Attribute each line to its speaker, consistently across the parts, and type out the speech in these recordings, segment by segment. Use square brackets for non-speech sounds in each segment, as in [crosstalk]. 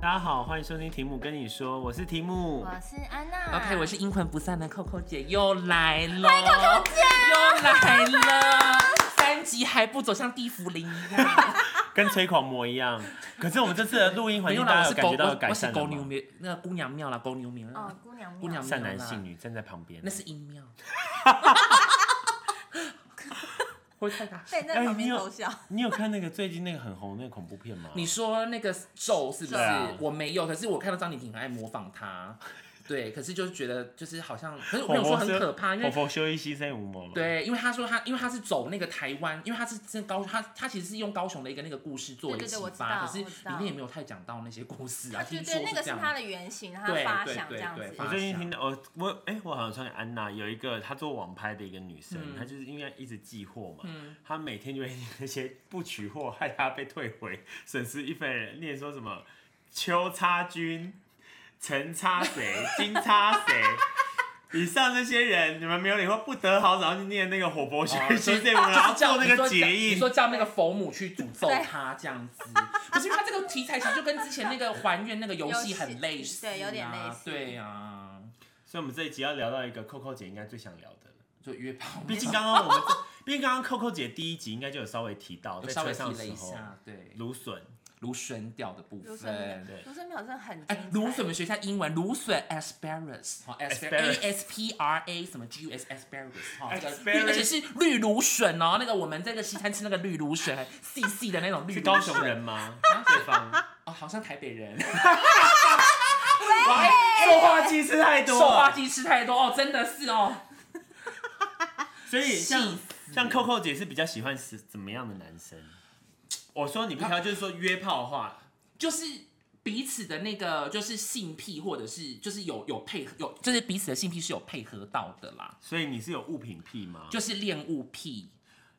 Speaker 1: 大家好，欢迎收听题目跟你说，我是题目
Speaker 2: 我。是安娜。
Speaker 3: OK，我是阴魂不散的扣扣姐又来了，
Speaker 2: 欢迎扣扣姐
Speaker 3: 又来了，三集还不走向地府灵
Speaker 1: [laughs]
Speaker 3: 一样。
Speaker 1: 跟吹狂魔一样，可是我们这次的录音环
Speaker 3: 没有
Speaker 1: 境
Speaker 3: 啦，
Speaker 1: 大
Speaker 3: 我
Speaker 1: 家
Speaker 3: 是
Speaker 1: 有
Speaker 3: 狗，
Speaker 1: 感觉到有
Speaker 3: 我
Speaker 1: 改
Speaker 3: 我是
Speaker 1: 善了
Speaker 3: 狗牛
Speaker 1: 吗？
Speaker 3: 庙，那个姑娘庙啦，狗牛庙。
Speaker 2: 哦，姑娘庙，
Speaker 3: 姑娘
Speaker 1: 善男信女站在旁边
Speaker 3: 那，是阴
Speaker 2: [laughs]
Speaker 3: 庙。会太大声。
Speaker 2: 被在
Speaker 1: 哎
Speaker 2: 旁
Speaker 1: 你
Speaker 2: 边
Speaker 1: 有
Speaker 2: 偷笑。
Speaker 1: 你有看那个最近那个很红的那个恐怖片吗？
Speaker 3: 你说那个咒是不
Speaker 2: 咒
Speaker 1: 对
Speaker 3: 是
Speaker 1: 啊？
Speaker 3: 我没有，可是我看到张婷婷很爱模仿他，对，可是就是觉得就是好像，可是我没有说很可怕，因为
Speaker 1: 我佛修一牺牲无谋嘛。，
Speaker 3: 对，因为他说他，因为他是走那个台湾，因为他是真高，他他其实是用高雄的一个那个故事作为
Speaker 2: 对对
Speaker 3: 启
Speaker 2: 对我知
Speaker 3: 发，
Speaker 2: 道
Speaker 3: 可是
Speaker 2: 我知道
Speaker 3: 里面也没有太讲到那些故事啊，
Speaker 2: 他觉
Speaker 3: 听
Speaker 2: 得
Speaker 3: 说
Speaker 2: 对那个
Speaker 3: 这
Speaker 2: 是
Speaker 3: 样。
Speaker 2: 他的原型，然后
Speaker 3: 对
Speaker 2: 他发
Speaker 3: 对
Speaker 2: 想这
Speaker 3: 对
Speaker 2: 样
Speaker 3: 对
Speaker 2: 子。
Speaker 1: 我
Speaker 3: 发
Speaker 1: 最近听到我我哎、我好像传给安娜有一个她做网拍的一个女生，
Speaker 3: 嗯
Speaker 1: 她就是因为一直寄货嘛，她每天就会 [laughs] 念那些不取货，害她被退回，损失一分人，念说什么邱差君、陈差谁、金差谁。 [laughs] 以上这些人，你们没有领货不得好死，然后就念那个火佛学
Speaker 3: 哦
Speaker 1: 习
Speaker 3: 所以
Speaker 1: 这文，然后做那
Speaker 3: 你
Speaker 1: 个
Speaker 3: 说
Speaker 1: 结
Speaker 3: 你
Speaker 1: 印。
Speaker 3: 说叫那个佛母去诅咒
Speaker 2: 对
Speaker 3: 他这样子，可是他这个题材其实就跟之前那个还原那个游
Speaker 2: 游戏
Speaker 3: 戏很类似、啊，
Speaker 2: 对有点类似
Speaker 3: 对啊，
Speaker 1: 所以我们这一集要聊到一个扣扣姐应该最想聊的了，
Speaker 3: 就约炮，
Speaker 1: [laughs] 毕竟刚刚我们这，毕竟刚刚扣扣姐第一集应该就有稍微提到，
Speaker 3: 有
Speaker 1: 在
Speaker 3: 稍微
Speaker 1: 车上
Speaker 3: 提了
Speaker 1: 的
Speaker 3: 一
Speaker 1: 时候，
Speaker 3: 下，对，
Speaker 1: 芦笋。
Speaker 3: 芦笋调的部
Speaker 2: 芦笋
Speaker 3: 分，
Speaker 1: 对
Speaker 2: 芦笋表真的很精
Speaker 3: 哎，芦笋我
Speaker 2: 彩
Speaker 3: 们学一下英文，芦笋 asparagus，好
Speaker 1: Asparagus
Speaker 3: asparagus a s p r a 什么 g u s asparagus，好，这个
Speaker 1: Asparagus
Speaker 3: 而且是绿芦笋哦，那个我们这个西餐吃那个绿芦笋，细细的那种绿
Speaker 1: 是
Speaker 3: 芦笋。
Speaker 1: 高雄人吗？哎对方，
Speaker 3: 哦，好像台北人，
Speaker 1: 哇，说话机吃太多
Speaker 3: [laughs] 哎受
Speaker 1: 了，
Speaker 3: 花鸡吃太多哦，真的是哦，
Speaker 1: 所以
Speaker 3: 气
Speaker 1: 像
Speaker 3: 死
Speaker 1: 像扣扣姐是比较喜欢是怎么样的男生？我说你不挑，就是说约炮的话，
Speaker 3: 就是彼此的那个就是性癖，或者是就是有有配合，有就是彼此的性癖是有配合到的啦，
Speaker 1: 所以你是有物品癖吗？
Speaker 3: 就是恋物癖，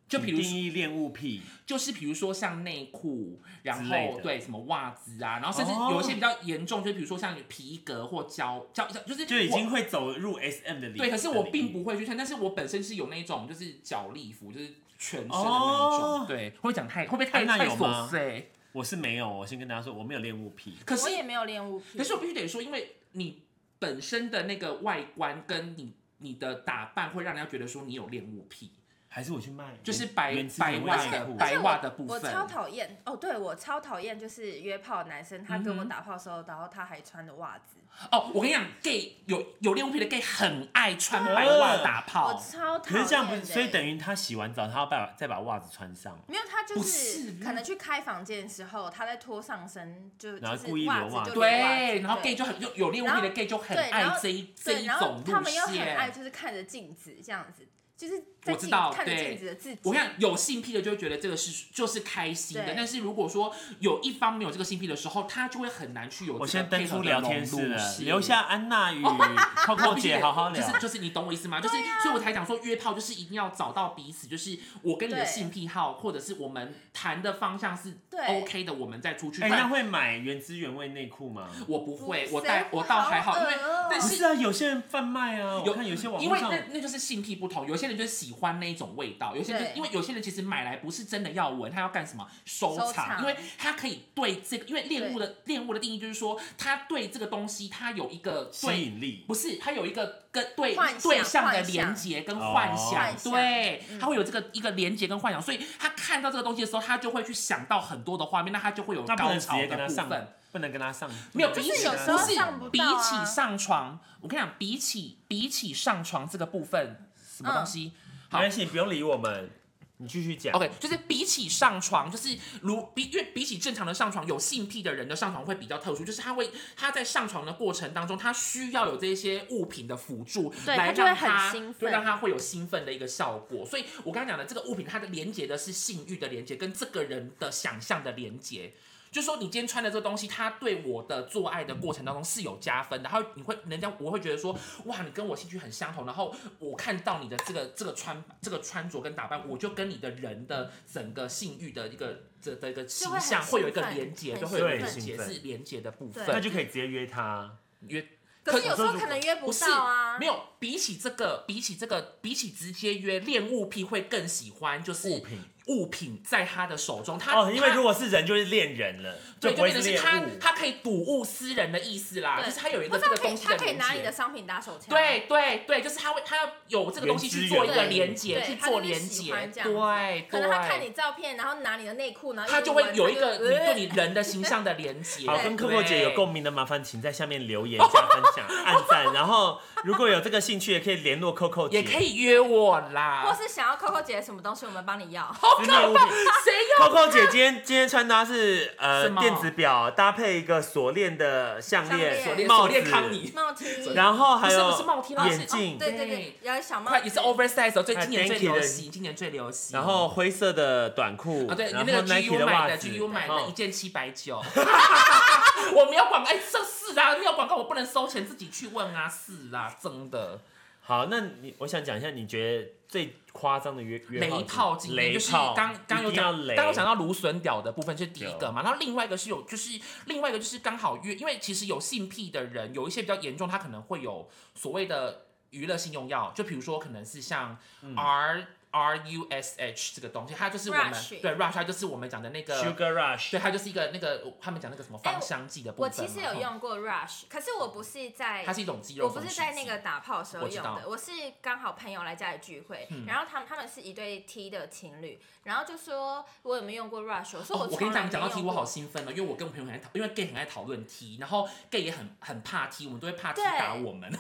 Speaker 3: 就比如
Speaker 1: 你
Speaker 3: 说
Speaker 1: 定义恋物癖，
Speaker 3: 就是比如说像内裤，然
Speaker 1: 之类
Speaker 3: 后
Speaker 1: 的
Speaker 3: 对什么袜子啊，然后甚至
Speaker 1: 哦
Speaker 3: 有一些比较严重，就比如说像皮革或胶胶，就是
Speaker 1: 就已经
Speaker 3: 我
Speaker 1: 会走入 S M 的领域。
Speaker 3: 对，可是我并
Speaker 1: 不
Speaker 3: 不会去穿，但是我本身是有那种就是脚力服，就是全身的那一种，
Speaker 1: 哦哎
Speaker 3: 对，会不会讲太会不会太
Speaker 1: 那
Speaker 3: 太
Speaker 1: 有吗
Speaker 3: 琐碎？
Speaker 1: 我是没有。我先跟大家说，我没有恋物癖。
Speaker 3: 可是
Speaker 2: 我也没有练物癖。
Speaker 3: 可是我必须得说，因为你本身的那个外观跟你你的打扮，会让人家觉得说你有恋物癖，
Speaker 1: 还是我去卖，
Speaker 3: 就是白
Speaker 1: 原汁
Speaker 3: 白
Speaker 1: 原味
Speaker 3: 袜
Speaker 1: 内
Speaker 3: 的
Speaker 1: 裤
Speaker 3: 白袜的部
Speaker 2: 我
Speaker 3: 分
Speaker 2: 超讨厌哦，对我超讨厌，就是约炮的男生，他跟我打炮的时候，然后他还穿的袜子，
Speaker 3: 哦，我跟你讲，gay 有有恋物癖的 gay 很爱穿白袜
Speaker 1: 嗯
Speaker 3: 打
Speaker 2: 我
Speaker 3: 炮。
Speaker 2: 超讨厌的。欸
Speaker 1: 可是这样不是，所以等于他洗完澡，他要把再把袜子穿上，
Speaker 2: 没有，他就
Speaker 3: 不
Speaker 2: 是
Speaker 3: 是
Speaker 2: 可能去开房间的时候，他在脱上身，就
Speaker 1: 然
Speaker 2: 就
Speaker 1: 后
Speaker 2: 是
Speaker 1: 故意留袜
Speaker 2: 子
Speaker 1: 子
Speaker 2: 就留袜
Speaker 3: 对，
Speaker 2: 子
Speaker 3: 然后 gay 就很有有恋物癖
Speaker 2: 然
Speaker 3: 的
Speaker 2: 后
Speaker 3: gay 就很
Speaker 2: 对然
Speaker 3: 爱
Speaker 2: 后
Speaker 3: 这一这
Speaker 2: 对，
Speaker 3: 一
Speaker 2: 然后
Speaker 3: 种
Speaker 2: 他
Speaker 3: 路
Speaker 2: 们又很爱
Speaker 3: 线。
Speaker 2: 就是看着镜子这样子，就是在
Speaker 3: 我知
Speaker 2: 镜
Speaker 3: 道
Speaker 2: 看着
Speaker 3: 对
Speaker 2: 镜子的自己。
Speaker 3: 我看有性癖的就会觉得这个是就是开心的
Speaker 2: 对，
Speaker 3: 但是如果说有一方没有这个性癖的时候，他就会很难去有
Speaker 1: 我
Speaker 3: 这个
Speaker 1: 先登
Speaker 3: 配合
Speaker 1: 出
Speaker 3: 的
Speaker 1: 聊天
Speaker 3: 融入
Speaker 1: 室了，
Speaker 3: 性
Speaker 1: 留下安娜
Speaker 3: 哦
Speaker 1: 与 [laughs] 扣
Speaker 3: 那
Speaker 1: 扣
Speaker 3: 必须
Speaker 1: 姐
Speaker 3: 得
Speaker 1: 好好聊。
Speaker 3: 就是就是你懂我意思吗？就是、
Speaker 2: 啊
Speaker 3: 所以我才讲说约炮就是一定要找到彼此，就是我跟你的
Speaker 2: 对
Speaker 3: 性癖好，或者是我们谈的方向是
Speaker 2: 对
Speaker 3: OK 的，我们再出去。
Speaker 1: 哎、
Speaker 3: 但
Speaker 1: 那会买原汁原味内裤吗？
Speaker 3: 我不会，我
Speaker 2: 谁
Speaker 3: 带我倒还好，因为
Speaker 2: 好恶哦
Speaker 3: 但
Speaker 1: 不
Speaker 3: 是
Speaker 1: 是啊，有些人贩卖啊，我看有些网
Speaker 3: 因
Speaker 1: 络
Speaker 3: 为
Speaker 1: 上
Speaker 3: 那那就是性癖不同，有些人就是喜欢那一种味道，有些人就
Speaker 2: 对
Speaker 3: 因为有些人其实买来不是真的要闻，他要干什么收藏，
Speaker 2: 收藏
Speaker 3: 因为他可以对这个，因为恋物的恋物的定义就是说，他对这个东西他有一个
Speaker 1: 吸
Speaker 3: 对。
Speaker 1: 引力，
Speaker 3: 不是，他有一个跟对
Speaker 2: 幻想
Speaker 3: 对象的
Speaker 2: 幻想
Speaker 3: 连接跟
Speaker 1: 哦
Speaker 3: 幻想，
Speaker 2: 幻想嗯
Speaker 3: 对，他会有这个一个连接跟幻想，所以他看到这个东西的时候，他就会去想到很多的画面，那他就会有
Speaker 1: 那不
Speaker 3: 高
Speaker 1: 能直
Speaker 3: 潮
Speaker 1: 接
Speaker 3: 的
Speaker 1: 跟他
Speaker 3: 部
Speaker 1: 上
Speaker 3: 分。，
Speaker 1: 不能跟他上，
Speaker 3: 没有，
Speaker 1: 不啊
Speaker 3: 比
Speaker 1: 能
Speaker 3: 起
Speaker 2: 是有
Speaker 1: 跟他
Speaker 2: 时候
Speaker 3: 不是
Speaker 2: 上不
Speaker 3: 比
Speaker 2: 到啊
Speaker 3: 起上床，我跟你讲，比起比起上床这个部分，什
Speaker 2: 嗯
Speaker 3: 么东西？
Speaker 1: 没关系，你不用理我们，你继续讲。
Speaker 3: OK，就是比起上床，就是如比因为比起正常的上床，有性癖的人的上床会比较特殊，就是他会他在上床的过程当中，他需要有这些物品的辅助，
Speaker 2: 对
Speaker 3: 来
Speaker 2: 他就会
Speaker 3: 让
Speaker 2: 很
Speaker 3: 他
Speaker 2: 兴奋
Speaker 3: 对让他会有兴奋的一个效果。所以我刚刚讲的这个物品，它的连接的是性欲的连接，跟这个人的想象的连接。就说你今天穿的这个东西，它对我的做爱的过程当中是有加分的，然后你会人家我会觉得说，哇，你跟我兴趣很相同，然后我看到你的这个这个穿这个穿着跟打扮，我就跟你的人的整个性欲的一个这的一个
Speaker 2: 就会很
Speaker 3: 形象会有一个
Speaker 2: 兴奋
Speaker 3: 连接，
Speaker 2: 很
Speaker 3: 就会有一个
Speaker 1: 兴
Speaker 3: 连
Speaker 1: 奋对
Speaker 3: 接是连接的部
Speaker 2: 对
Speaker 1: 那
Speaker 3: 分。
Speaker 1: 就可以直接约他，
Speaker 3: 约
Speaker 2: 可是有时候
Speaker 1: 可
Speaker 2: 可能约
Speaker 3: 不
Speaker 2: 不
Speaker 3: 是
Speaker 2: 到啊，
Speaker 3: 没有，比起这个，比起这个，比起直接约恋物癖会更喜欢就是
Speaker 1: 物品
Speaker 3: 物品在他的手中，他
Speaker 1: 哦，因为
Speaker 3: 他
Speaker 1: 如果是人就是恋人了，
Speaker 3: 对，
Speaker 1: 不
Speaker 3: 就
Speaker 1: 会
Speaker 3: 变
Speaker 1: 是
Speaker 3: 成是
Speaker 1: 猎
Speaker 3: 他
Speaker 1: 物。
Speaker 3: 他可以睹物思人的意思啦，啊就是他有一
Speaker 2: 不
Speaker 3: 个这
Speaker 2: 是
Speaker 3: 个
Speaker 2: 他可
Speaker 3: 东
Speaker 2: 以，
Speaker 3: 西的
Speaker 2: 他可以
Speaker 3: 连
Speaker 2: 拿你的
Speaker 3: 接。
Speaker 2: 商品打手枪。啊
Speaker 3: 对对对，就是他会，他要有这个东西去做一个
Speaker 2: 对
Speaker 3: 连接，
Speaker 2: 对
Speaker 3: 去
Speaker 2: 他
Speaker 3: 做
Speaker 2: 就是
Speaker 3: 连
Speaker 2: 喜
Speaker 3: 接，
Speaker 2: 欢这
Speaker 3: 对
Speaker 2: 样子
Speaker 3: 对，
Speaker 2: 可能他看你照片，然后拿你的内裤，然后
Speaker 3: 他就会有一个
Speaker 2: 一
Speaker 3: 你
Speaker 2: 直闻
Speaker 3: 对
Speaker 2: 他
Speaker 3: 你
Speaker 2: 就
Speaker 3: 人的形象的连接。
Speaker 1: 好，跟柯
Speaker 3: 对
Speaker 1: 柯姐有共鸣的，麻烦请在下面留言加分
Speaker 3: [laughs]
Speaker 1: 享、按赞，然后如果有这个兴趣，也可以联络 Coco 姐，
Speaker 3: 也可以约我
Speaker 2: 呃或
Speaker 3: 啦。
Speaker 2: 是想要 Coco 姐什么东西，我们帮你要。
Speaker 3: 好
Speaker 1: 私
Speaker 3: 可
Speaker 1: 密物
Speaker 3: 怕，
Speaker 1: 品。
Speaker 3: 谁要？
Speaker 1: Coco 姐今天今天穿搭是呃
Speaker 3: 什么
Speaker 1: 电子表搭配一个锁链的项链、
Speaker 2: 项链
Speaker 1: 帽
Speaker 3: 手
Speaker 1: 子
Speaker 3: 链康妮，
Speaker 2: 帽 T，
Speaker 1: 然后还有
Speaker 3: 不是不是帽 T 啦是哦
Speaker 1: 眼镜，
Speaker 2: 对对对，然后小帽
Speaker 3: 快也是 oversize 哦，最今年最
Speaker 1: 啊 Thank you
Speaker 3: 流行，今年最流行。
Speaker 1: 然后灰色的短裤，
Speaker 3: 啊，对你
Speaker 1: 然
Speaker 3: 那
Speaker 1: 后
Speaker 3: 个
Speaker 1: Nike
Speaker 3: GU 买
Speaker 1: 袜
Speaker 3: 的
Speaker 1: 子
Speaker 3: GU 买的
Speaker 1: 嗯
Speaker 3: 一件七百九， [laughs] 我没有广告，哎，这是啊，没有广告我不能收钱，自己去问啊，是啊，真的。
Speaker 1: 好，那你我想讲一下，你觉得最夸张的约约
Speaker 3: 雷炮经验
Speaker 1: 雷
Speaker 3: 就是
Speaker 1: 炮
Speaker 3: 刚刚有
Speaker 1: 一定要
Speaker 3: 讲，
Speaker 1: 雷，
Speaker 3: 刚有讲到芦笋屌的部分是第一个嘛，然后另外一个是有就是另外一个就是刚好约，因为其实有性癖的人有一些比较严重，他可能会有所谓的娱乐性用药，就比如说可能是像
Speaker 1: 嗯
Speaker 3: R、R U S H 这个东西，它就是我们
Speaker 2: Rush
Speaker 3: 对 rush，它就是我们讲的那个
Speaker 1: Sugar Rush，
Speaker 3: 对，它就是一个那个他们讲那个什么芳香剂的部
Speaker 2: 哎我
Speaker 3: 分嘛、
Speaker 2: 其实有用过 Rush，可是我不是在
Speaker 3: 它是一种肌肉
Speaker 2: 我
Speaker 3: 松
Speaker 2: 不
Speaker 3: 弛剂，
Speaker 2: 是在那个打炮的时候用
Speaker 3: 我知嗯
Speaker 2: 的，我是刚好朋友来家里聚会，然后他们他们是一对 T 的情侣，然后就说我有没有用过 Rush，我说
Speaker 3: 哦，我跟
Speaker 2: 从
Speaker 3: 你
Speaker 2: 来
Speaker 3: 讲，
Speaker 2: 没
Speaker 3: 讲到 T
Speaker 2: 用
Speaker 3: 我好
Speaker 2: 过。
Speaker 3: 兴奋哦，因为我跟我朋友很爱讨，因为 gay 很爱讨论 T，然后 gay 也很很怕 T，我们都会怕 T
Speaker 2: 对
Speaker 3: 打我们。
Speaker 2: 对，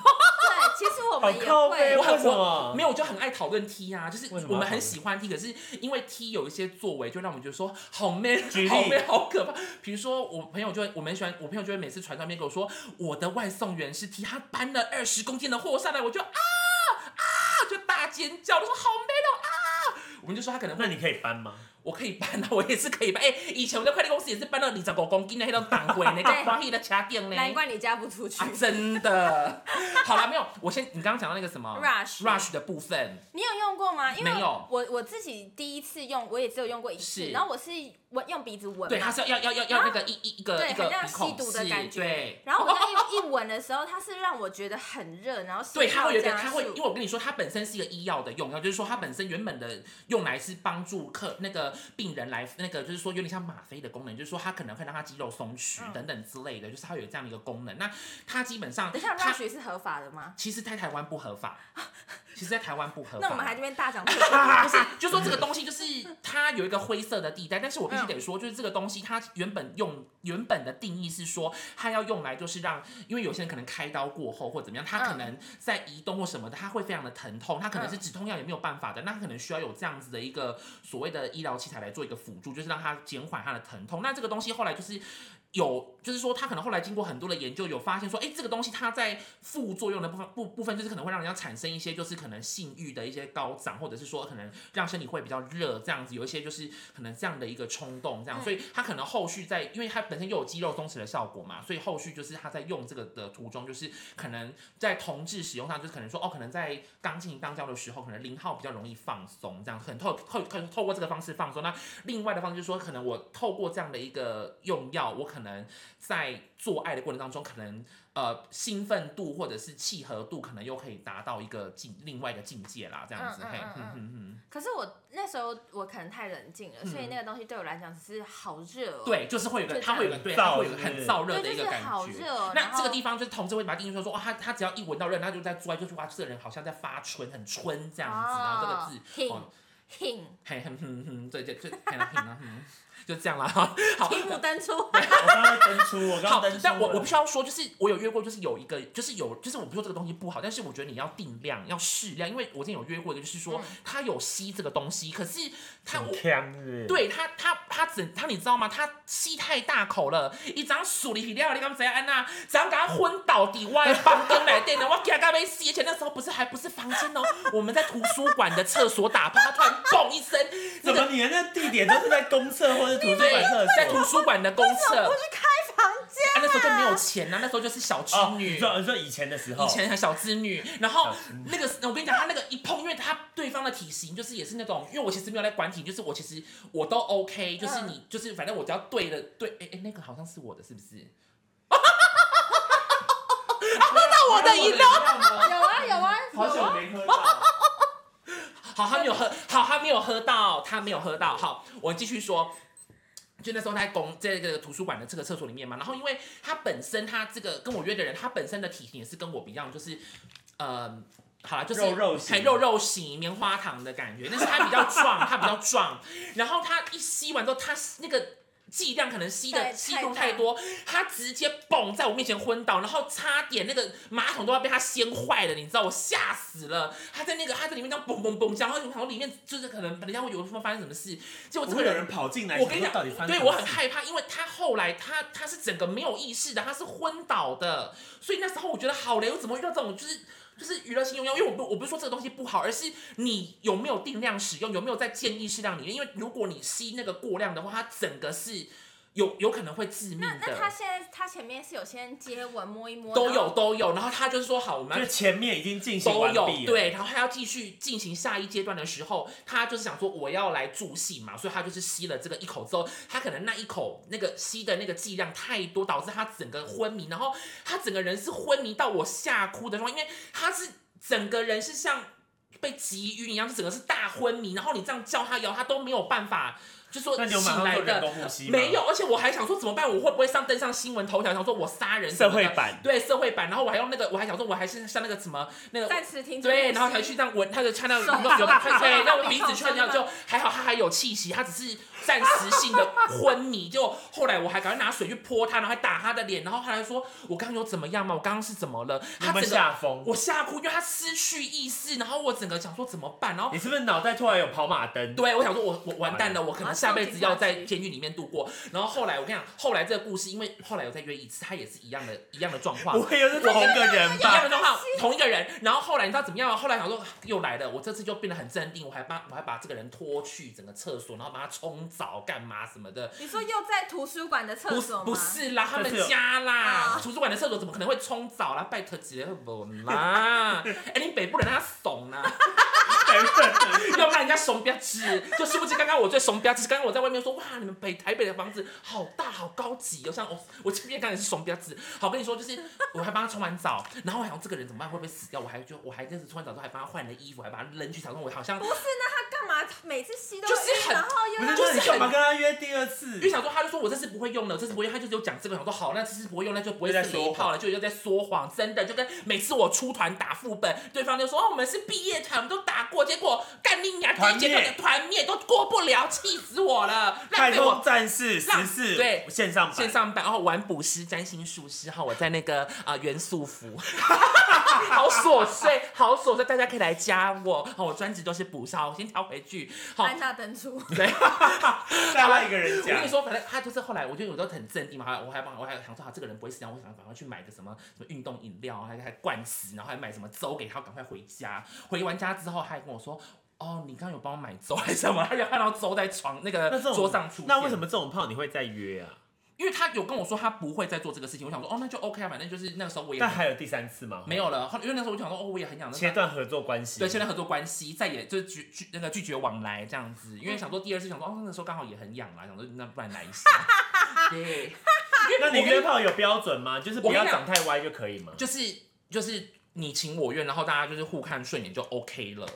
Speaker 2: 其实我
Speaker 1: 好
Speaker 2: 们也
Speaker 1: 靠背，哦
Speaker 2: 会
Speaker 3: 我。很
Speaker 1: 为什么
Speaker 3: 没？有，我就很爱讨论 T 啊，就是
Speaker 1: 为什么要
Speaker 3: 我
Speaker 1: 讨
Speaker 3: 们
Speaker 1: 论
Speaker 3: 很喜欢 T，可是因为 T 有一些作为，就让我们觉得说好 man，
Speaker 1: 举例
Speaker 3: 好 man，好可怕。比如说我朋友就会，我们很喜欢，我朋友就会每次传照片给我说，我的外送员是 T，他搬了二十公斤的货上来，我就啊啊就大尖叫，我说好 man 哦啊！我们就说他可能
Speaker 1: 那
Speaker 3: 会，
Speaker 1: 你可以搬
Speaker 3: [laughs]
Speaker 1: 吗？
Speaker 3: 我可以搬啊，我也是可以搬。哎、以前我在快递公司也是搬到你十五公斤的那种档位
Speaker 1: [laughs]
Speaker 3: 呢，在花艺的卡店呢。
Speaker 2: 难怪你嫁不出去
Speaker 3: 啊。，真的。 [laughs] 好啦，没有，我先，你刚刚讲到那个什么
Speaker 2: Rush
Speaker 3: rush 的部分，
Speaker 2: 你有用过吗？因为
Speaker 3: 没有
Speaker 2: 我我自己第一次用，我也只有用过一次
Speaker 3: 是，
Speaker 2: 然后我是闻用鼻子闻
Speaker 3: 对，
Speaker 2: 嘛啊
Speaker 3: 它是要要要要那个一一一个
Speaker 2: 对，
Speaker 3: 一
Speaker 2: 很
Speaker 3: 个
Speaker 2: 像
Speaker 3: 鼻孔
Speaker 2: 吸毒的
Speaker 3: 是
Speaker 2: 感觉。
Speaker 3: 对。
Speaker 2: 然后我那一一闻的时候，它是让我觉得很热，然后心
Speaker 3: 对，它会有一个，
Speaker 2: 跳加
Speaker 3: 它会，
Speaker 2: 速
Speaker 3: 因为我跟你说，它本身是一个医药的用药，就是说它本身原本的用来是帮助客那个病人来那个，就是说有点像吗啡的功能，就是说它可能会让他肌肉松弛
Speaker 2: 嗯
Speaker 3: 等等之类的，就是它有这样的一个功能。那它基本上，
Speaker 2: 等一下
Speaker 3: 它
Speaker 2: ，rush 是合法的吗？
Speaker 3: 其实在台湾不合法，其实在台湾不
Speaker 2: [laughs]
Speaker 3: 合法。
Speaker 2: 那我们还这边大讲特
Speaker 3: [laughs] 不是，就说这个东西就是它有一个灰色的地带，但是我必须得说，就是这个东西它原本用原本的定义是说，它要用来就是让，因为有些人可能开刀过后或怎么样，他可能在移动或什么的，他会非常的疼痛，他可能是止痛药也没有办法的，那他可能需要有这样子的一个所谓的医疗器材来做一个辅助，就是让他减缓他的疼痛。那这个东西后来就是有，就是说他可能后来经过很多的研究，有发现说，哎、这个东西它在副作用的部分部部分，就是可能会让人家产生一些就是可能性欲的一些高涨，或者是说可能让身体会比较热这样子，有一些就是可能这样的一个冲动这样，
Speaker 2: 嗯
Speaker 3: 所以他可能后续在，因为它本身又有肌肉松弛的效果嘛，所以后续就是他在用这个的途中，就是可能在同志使用上，就是可能说哦，可能在刚进行肛交的时候，可能零号比较容易放松，这样很透透透透过这个方式放松。那另外的方式就是说，可能我透过这样的一个用药，我可能在做爱的过程当中，可能呃兴奋度或者是契合度，可能又可以达到一个境另外一个境界啦，这样子。
Speaker 2: 嗯嗯
Speaker 3: 嘿，
Speaker 2: 嗯
Speaker 3: 嗯
Speaker 2: 嗯
Speaker 3: 嗯嗯，
Speaker 2: 可是我那时候我可能太冷静了，所以
Speaker 3: 嗯
Speaker 2: 那个东西对我来讲只是好热、哦。，
Speaker 3: 对，就是会有一个，
Speaker 2: 就这
Speaker 3: 它
Speaker 2: 样
Speaker 3: 会有一个对，它会有一个
Speaker 1: 燥热
Speaker 3: 很燥热
Speaker 2: 对，
Speaker 3: 的一
Speaker 2: 就
Speaker 3: 个
Speaker 2: 是
Speaker 3: 感
Speaker 2: 好
Speaker 3: 觉。
Speaker 2: 热、哦。然
Speaker 3: 那这
Speaker 2: 后
Speaker 3: 个地方就是同志会把定义说说，哦哇，他他只要一闻到热，他就在做爱，就说哇，这个人好像在发春，很春这样子，然后这个字
Speaker 2: 哦，挺
Speaker 3: 哦
Speaker 2: 挺
Speaker 3: 嘿，哼哼哼，对对对，嘿啦嘿啦哼，就这样啦。好，好
Speaker 2: 挺不登出。
Speaker 1: 我刚刚登出，我刚刚
Speaker 3: 好
Speaker 1: 登出，
Speaker 3: 但我我必须要说，就是我有约过，就是有一个，就是有，就是我不说这个东西不好，但是我觉得你要定量，要适量，因为我之前有约过一个，就是说
Speaker 2: 嗯
Speaker 3: 他有吸这个东西，可是他我
Speaker 1: 很呛是不是，
Speaker 3: 对他，他他整他，你知道吗？他吸太大口了，一张鼠里皮料，你刚怎样安娜？怎样给他昏倒底外房间来电呢？我给他被吸，而且那时候不是还不是房间哦，我们在图书馆的厕所打炮，他突然嘣一声，那
Speaker 1: 怎
Speaker 3: 个
Speaker 1: 么你的那地点都是在公厕或者图书
Speaker 3: 对
Speaker 1: 馆厕，
Speaker 3: 在
Speaker 1: 所？
Speaker 3: 图书馆的公厕，
Speaker 2: 不是开房间，
Speaker 3: 啊，那时候就没有钱呐、那时候就是小织
Speaker 1: 哦，你
Speaker 3: 女。
Speaker 1: 说你说以前的时候，嗯
Speaker 3: 以前还小织女，然后
Speaker 1: 小织
Speaker 3: 那个我跟你讲，她那个一碰，因为她对方的体型就是也是那种，因为我其实没有在管体，就是我其实我都 OK，就是你、就是反正我只要对了对，哎、哎，那个好像是我的，是不是？
Speaker 1: 到
Speaker 3: 我的饮料
Speaker 1: 料，
Speaker 2: 有啊有啊
Speaker 1: 好
Speaker 2: 有
Speaker 1: 久
Speaker 2: 啊。
Speaker 1: 没喝到，
Speaker 3: 好，他没有喝，好，他没有喝到，他没有喝到。好，我继续说。就那时候他在公在这个图书馆的这个厕所里面嘛，然后因为他本身他这个跟我约的人，他本身的体型也是跟我一样，就是呃，好了，就是
Speaker 1: 肉肉型
Speaker 3: 很肉肉型棉花糖的感觉，但是他比较壮，他比较壮，然后他一吸完之后，他那个剂量可能吸的
Speaker 2: 对
Speaker 3: 吸
Speaker 2: 太
Speaker 3: 入
Speaker 2: 大
Speaker 3: 太多，他直接蹦在我面前昏倒，然后差点那个马桶都要被他掀坏了，你知道我吓死了。他在那个他在里面这样蹦蹦蹦这样，然后我想说里面就是可能人家会有地方发生什么事，结果这
Speaker 1: 不
Speaker 3: 个
Speaker 1: 会有
Speaker 3: 人
Speaker 1: 人跑进来，
Speaker 3: 我跟你
Speaker 1: 想说
Speaker 3: 讲
Speaker 1: 到底发，生
Speaker 3: 对
Speaker 1: 什么
Speaker 3: 我很
Speaker 1: 事
Speaker 3: 害怕，因为他后来他他是整个没有意识的，他是昏倒的，所以那时候我觉得好雷，我怎么会遇到这种就是。就是娱乐性用药，因为我不我不是说这个东西不好，而是你有没有定量使用，有没有在建议适量里面。因为如果你吸那个过量的话，它整个是有有可能会致命
Speaker 2: 那那他
Speaker 3: 的，
Speaker 2: 现在他前面是有先接吻摸一摸，
Speaker 3: 都
Speaker 2: 然后
Speaker 3: 有都有。然后他就是说好，我们要
Speaker 1: 就是前面已经进行
Speaker 3: 都
Speaker 1: 完
Speaker 3: 有
Speaker 1: 毕了，，
Speaker 3: 对，然后他要继续进行下一阶段的时候，他就是想说我要来助兴嘛，所以他就是吸了这个一口之后，他可能那一口那个吸的那个剂量太多，导致他整个昏迷，然后他整个人是昏迷到我吓哭的状态，因为他是整个人是像被急晕一样，就整个是大昏迷，然后你这样叫他摇，他都没有办法，就说
Speaker 1: 那你有马
Speaker 3: 醒
Speaker 1: 上
Speaker 3: 来
Speaker 1: 做人
Speaker 3: 的
Speaker 1: 工呼吸吗
Speaker 3: 没有，而且我还想说怎么办？我会不会上登上新闻头条？想说我杀人什
Speaker 1: 社
Speaker 3: 么的
Speaker 1: 会版
Speaker 3: 对社会版，然后我还用那个，我还想说我还是像
Speaker 1: [laughs]
Speaker 3: 那个什么那个
Speaker 2: 暂时停止呼吸，
Speaker 3: 对，然后才去这样闻，他就看到有
Speaker 2: 手
Speaker 3: 有
Speaker 2: 吧
Speaker 3: 对，
Speaker 2: 手吧
Speaker 3: 那个鼻子圈
Speaker 2: 手
Speaker 3: 掉，
Speaker 2: 吧
Speaker 3: 就还好他还有气息，他只是暂时性的昏迷。就后来我还赶快拿水去泼他，然后还打他的脸，然后他还说：“我刚刚有怎么样吗？我刚刚是怎么了？”
Speaker 1: 你
Speaker 3: 他
Speaker 1: 有没
Speaker 3: 整
Speaker 1: 有
Speaker 3: 个
Speaker 1: 吓疯？
Speaker 3: 我吓哭，因为他失去意识，然后我整个想说怎么办，然后
Speaker 1: 你是不是脑袋突然有跑马灯？
Speaker 3: 对，我想说我我完蛋了，我
Speaker 2: 啊
Speaker 3: 可能下辈子要在
Speaker 2: 马上送警察局
Speaker 3: 监狱里面度过。然后后来我跟你讲，后来这个故事，因为后来我再约一次，他也是一样的，一样的状况
Speaker 1: 不。会又是同一个人
Speaker 3: 一样
Speaker 1: 吧？
Speaker 3: 的状况，同一个人。然后后来你知道怎么样吗？后来想说又来了，我这次就变得很镇定，我还把我还把这个人拖去整个厕所，然后把他冲澡干嘛什么的。
Speaker 2: 你说又在图书馆的厕
Speaker 3: 不
Speaker 2: 所吗？
Speaker 3: 不是啦，他
Speaker 1: 这是
Speaker 3: 们
Speaker 1: 有
Speaker 3: 家啦
Speaker 2: 啊，
Speaker 3: 图书馆的厕所怎么可能会冲澡啦？拜托几个不啦！哎、你北部人他怂啊啦，要不然人家怂不要吃。就殊不知刚刚我最怂不要吃，刚刚我在外面说哇，你们北台北的房子好大好高级哦，像我我前面刚才是怂不要吃。好，我跟你说就是我还帮他冲完澡，然后我想这个人怎么办会不会死掉？我还就我还跟着冲完澡之后还帮他换了衣服，还把他扔去草丛，我好像
Speaker 2: 不是，那他干嘛每次吸都
Speaker 3: 就
Speaker 2: 会哎
Speaker 3: 是
Speaker 2: 晕
Speaker 3: 很
Speaker 2: 然后又
Speaker 1: 不是，
Speaker 2: 要
Speaker 3: 就
Speaker 1: 那
Speaker 3: 是
Speaker 1: 你
Speaker 3: 很
Speaker 1: 干嘛跟他约第二次
Speaker 3: 因为？想说，他就说我这次不会用了，我这次不会用，他就只有讲这个，想说好，那这次不会用，那就不会
Speaker 1: 又在
Speaker 3: 死
Speaker 1: 说
Speaker 3: 一炮了，就又在说谎，真的就跟每次我出团打副本，对方就说哦我们是毕业团，我们都打过，结果干你娘，第
Speaker 1: 团
Speaker 3: 一
Speaker 1: 灭
Speaker 3: 阶段的团灭都过不了，气死我了，浪
Speaker 1: 太
Speaker 3: 费
Speaker 1: 空
Speaker 3: 我。
Speaker 1: 战士
Speaker 3: 让
Speaker 1: 十四
Speaker 3: 对
Speaker 1: 线上版
Speaker 3: 线上版，然后玩捕师、占星术师，然后我在那个啊、呃元素服， [laughs] 好琐碎，好琐碎，大家可以来加我。好，我专职都是捕杀，我先调回去。好，
Speaker 2: 安娜登出，
Speaker 1: [laughs]
Speaker 3: 对。
Speaker 1: 再拉一个人
Speaker 3: 我跟
Speaker 1: 讲
Speaker 3: 你，说，
Speaker 1: [laughs]
Speaker 3: 反正他就是后来，我就有时候很镇定嘛，后来我还帮我还想说，好，这个人不会死，然后我想赶快去买个什么什么运动饮料，还还灌死，然后还买什么粥给他，赶快回家。回完家之后，他还跟我说，哦，你刚刚有帮我买粥还是什么？他就看到粥在床那个
Speaker 1: 那这种
Speaker 3: 桌上出现
Speaker 1: 那为什么？这种炮你会再约啊？
Speaker 3: 因为他有跟我说他不会再做这个事情，我想说，哦，那就 OK 啊，反正就是那个时候我也
Speaker 1: 但还有第三次吗？
Speaker 3: 没有了，后因为那时候我就想说，哦，我也很想那
Speaker 1: 切断合作关系。
Speaker 3: 对，现在合作关系，再也就是拒拒那个拒绝往来这样子，因为想说第二次想说，哦，那时候刚好也很痒啦，想说那不然来一下，对。
Speaker 1: [laughs] 那你
Speaker 3: 我跟
Speaker 1: 约炮有标准吗？就是不要长太歪就可以吗？
Speaker 3: 就是就是你情我愿，然后大家就是互看顺眼就 OK 了。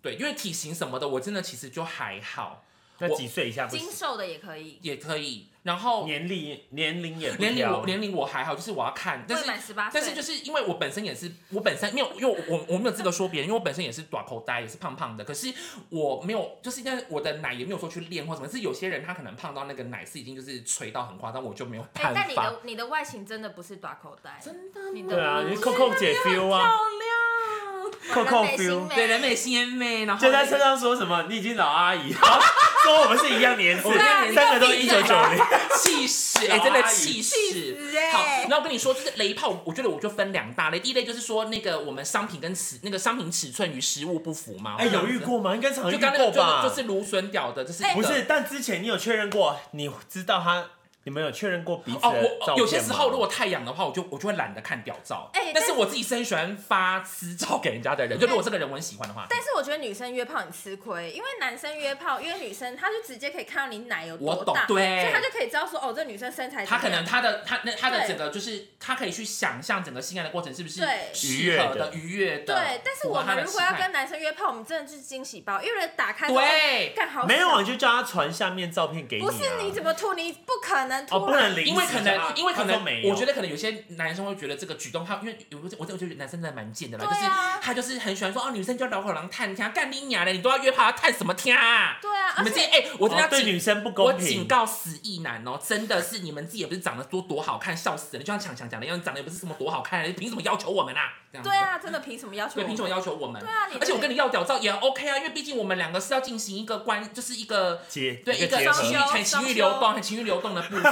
Speaker 3: 对，因为体型什么的，我真的其实就还好，
Speaker 1: 那
Speaker 3: 我
Speaker 1: 几岁以下不
Speaker 2: 精
Speaker 1: 行？
Speaker 2: 瘦的也可以，
Speaker 3: 也可以。然后
Speaker 1: 年龄年龄也不
Speaker 3: 年龄
Speaker 1: 挑啊
Speaker 3: 我年龄我还好，就是我要看，但
Speaker 2: 未
Speaker 3: 是
Speaker 2: 满十八岁，
Speaker 3: 但是就是因为我本身也是，我本身没有，因为我我我没有资格说别人，因为我本身也是短口袋，也是胖胖的。可是我没有，就是因为我的奶也没有说去练或什么，是有些人他可能胖到那个奶是已经就是垂到很夸张，我就没有
Speaker 2: 哎、
Speaker 3: 办
Speaker 2: 但你
Speaker 3: 法。
Speaker 2: 的你的外形真的不是短口袋，
Speaker 3: 真的吗
Speaker 2: 你的
Speaker 1: 对啊，你
Speaker 2: 我
Speaker 1: 是扣扣姐 feel 啊，
Speaker 3: 亮，
Speaker 1: 扣扣
Speaker 2: 美心
Speaker 1: feel，
Speaker 2: 美
Speaker 3: 对，人美心也美，然后
Speaker 1: 就在车上说什么你已经老阿 [laughs] 姨，然后说我们是一样年次，三个都一九九零。
Speaker 3: [laughs] 气死！哎、
Speaker 1: 小
Speaker 3: 真的
Speaker 1: 阿姨
Speaker 3: 气死！
Speaker 2: 死哎
Speaker 3: 好，那我跟你说，就是雷炮，我觉得我就分两大类。第一类就是说，那个我们商品跟尺，那个商品尺寸与实物不符嘛。
Speaker 1: [laughs] 哎，有遇？过吗？应该常遇
Speaker 3: 就刚那个
Speaker 1: 过吧？
Speaker 3: 就就是芦笋屌的，就是
Speaker 2: 哎
Speaker 3: 一个
Speaker 1: 不是，但之前你有确认过，你知道他你们有确认过彼此
Speaker 3: 哦，
Speaker 1: 的
Speaker 3: 我
Speaker 1: 照片吗？
Speaker 3: 有些时候如果太阳的话，我就我就会懒得看屌照。
Speaker 2: 哎
Speaker 3: 但
Speaker 2: 但
Speaker 3: 是我自己是很喜欢发私照给人家的人，就如果这个人我很喜欢的话，
Speaker 2: 但是我觉得女生约炮很吃亏，因为男生约炮，因为女生她就直接可以看到你奶有
Speaker 3: 我
Speaker 2: 多
Speaker 3: 懂
Speaker 2: 大，，所以
Speaker 3: 对
Speaker 2: 她。就可以知道说，哦，这女生身材怎
Speaker 3: 他
Speaker 2: 么
Speaker 3: 可
Speaker 2: 样
Speaker 3: 能他的他那他的
Speaker 2: 对
Speaker 3: 整个就是他可以去想象整个性爱的过程是不是
Speaker 2: 对
Speaker 3: 适合的、
Speaker 1: 愉
Speaker 3: 愉悦的。
Speaker 2: 对，但是
Speaker 3: 符合
Speaker 2: 我
Speaker 3: 他的
Speaker 2: 们如
Speaker 3: 期
Speaker 2: 果要
Speaker 3: 待
Speaker 2: 跟男生约炮，我们真的就是惊喜包，因为打开之后
Speaker 3: 对，
Speaker 2: 干好
Speaker 1: 没有，
Speaker 2: 爽
Speaker 1: 啊，你就叫他传下面照片给你、啊。
Speaker 2: 不是你怎么吐，你不可能吐
Speaker 1: 哦，
Speaker 2: 啊，
Speaker 1: 不能临时
Speaker 3: 因为可
Speaker 1: 啊
Speaker 3: 能，因为可
Speaker 1: 他说
Speaker 3: 能
Speaker 1: 没，有
Speaker 3: 我觉得可能有些男生会觉得这个举动，他因为有我我我觉得男生真的蛮贱的啦，就
Speaker 2: 对
Speaker 3: 是
Speaker 2: 啊
Speaker 3: 他就是很喜欢说哦，女生就老口狼探听，啊干你娘嘞，你都要约炮要探什么听啊？
Speaker 2: 对啊，
Speaker 3: 你
Speaker 2: 而
Speaker 3: 们这
Speaker 2: 且
Speaker 3: 些哎，我真
Speaker 1: 哦
Speaker 3: 的要
Speaker 1: 对
Speaker 3: 警
Speaker 1: 女生不
Speaker 3: 我
Speaker 1: 公
Speaker 3: 警
Speaker 1: 平。
Speaker 3: 告死意男哦，真的是你们自己也不是长得多多好看，笑死人！就像强强讲的一样，长得也不是什么多好看，你凭什么要求我们啊？这样子
Speaker 2: 对，啊，真的凭什么要求
Speaker 3: 对，
Speaker 2: 我们？
Speaker 3: 凭什么要求我们？
Speaker 2: 对啊，你
Speaker 3: 而且我跟
Speaker 2: 你
Speaker 3: 你要屌照也 OK 啊，因为毕竟我们两个是要进行一个关，就是一个
Speaker 1: 结
Speaker 3: 对一
Speaker 1: 一
Speaker 3: 个
Speaker 1: 结
Speaker 3: 情
Speaker 2: 结
Speaker 3: 欲
Speaker 1: 合
Speaker 2: 合
Speaker 3: 很情欲流动、很情欲流动的部分。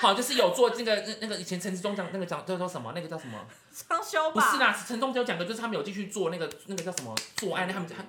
Speaker 3: 好，就是有做那个那那个以前陈志忠讲那个讲叫叫什么，那个叫什么？
Speaker 2: 双休
Speaker 3: 不
Speaker 2: 吧，
Speaker 3: 是啦，陈忠只有讲个，就是他们有进去做那个那个叫什么做爱，那他们他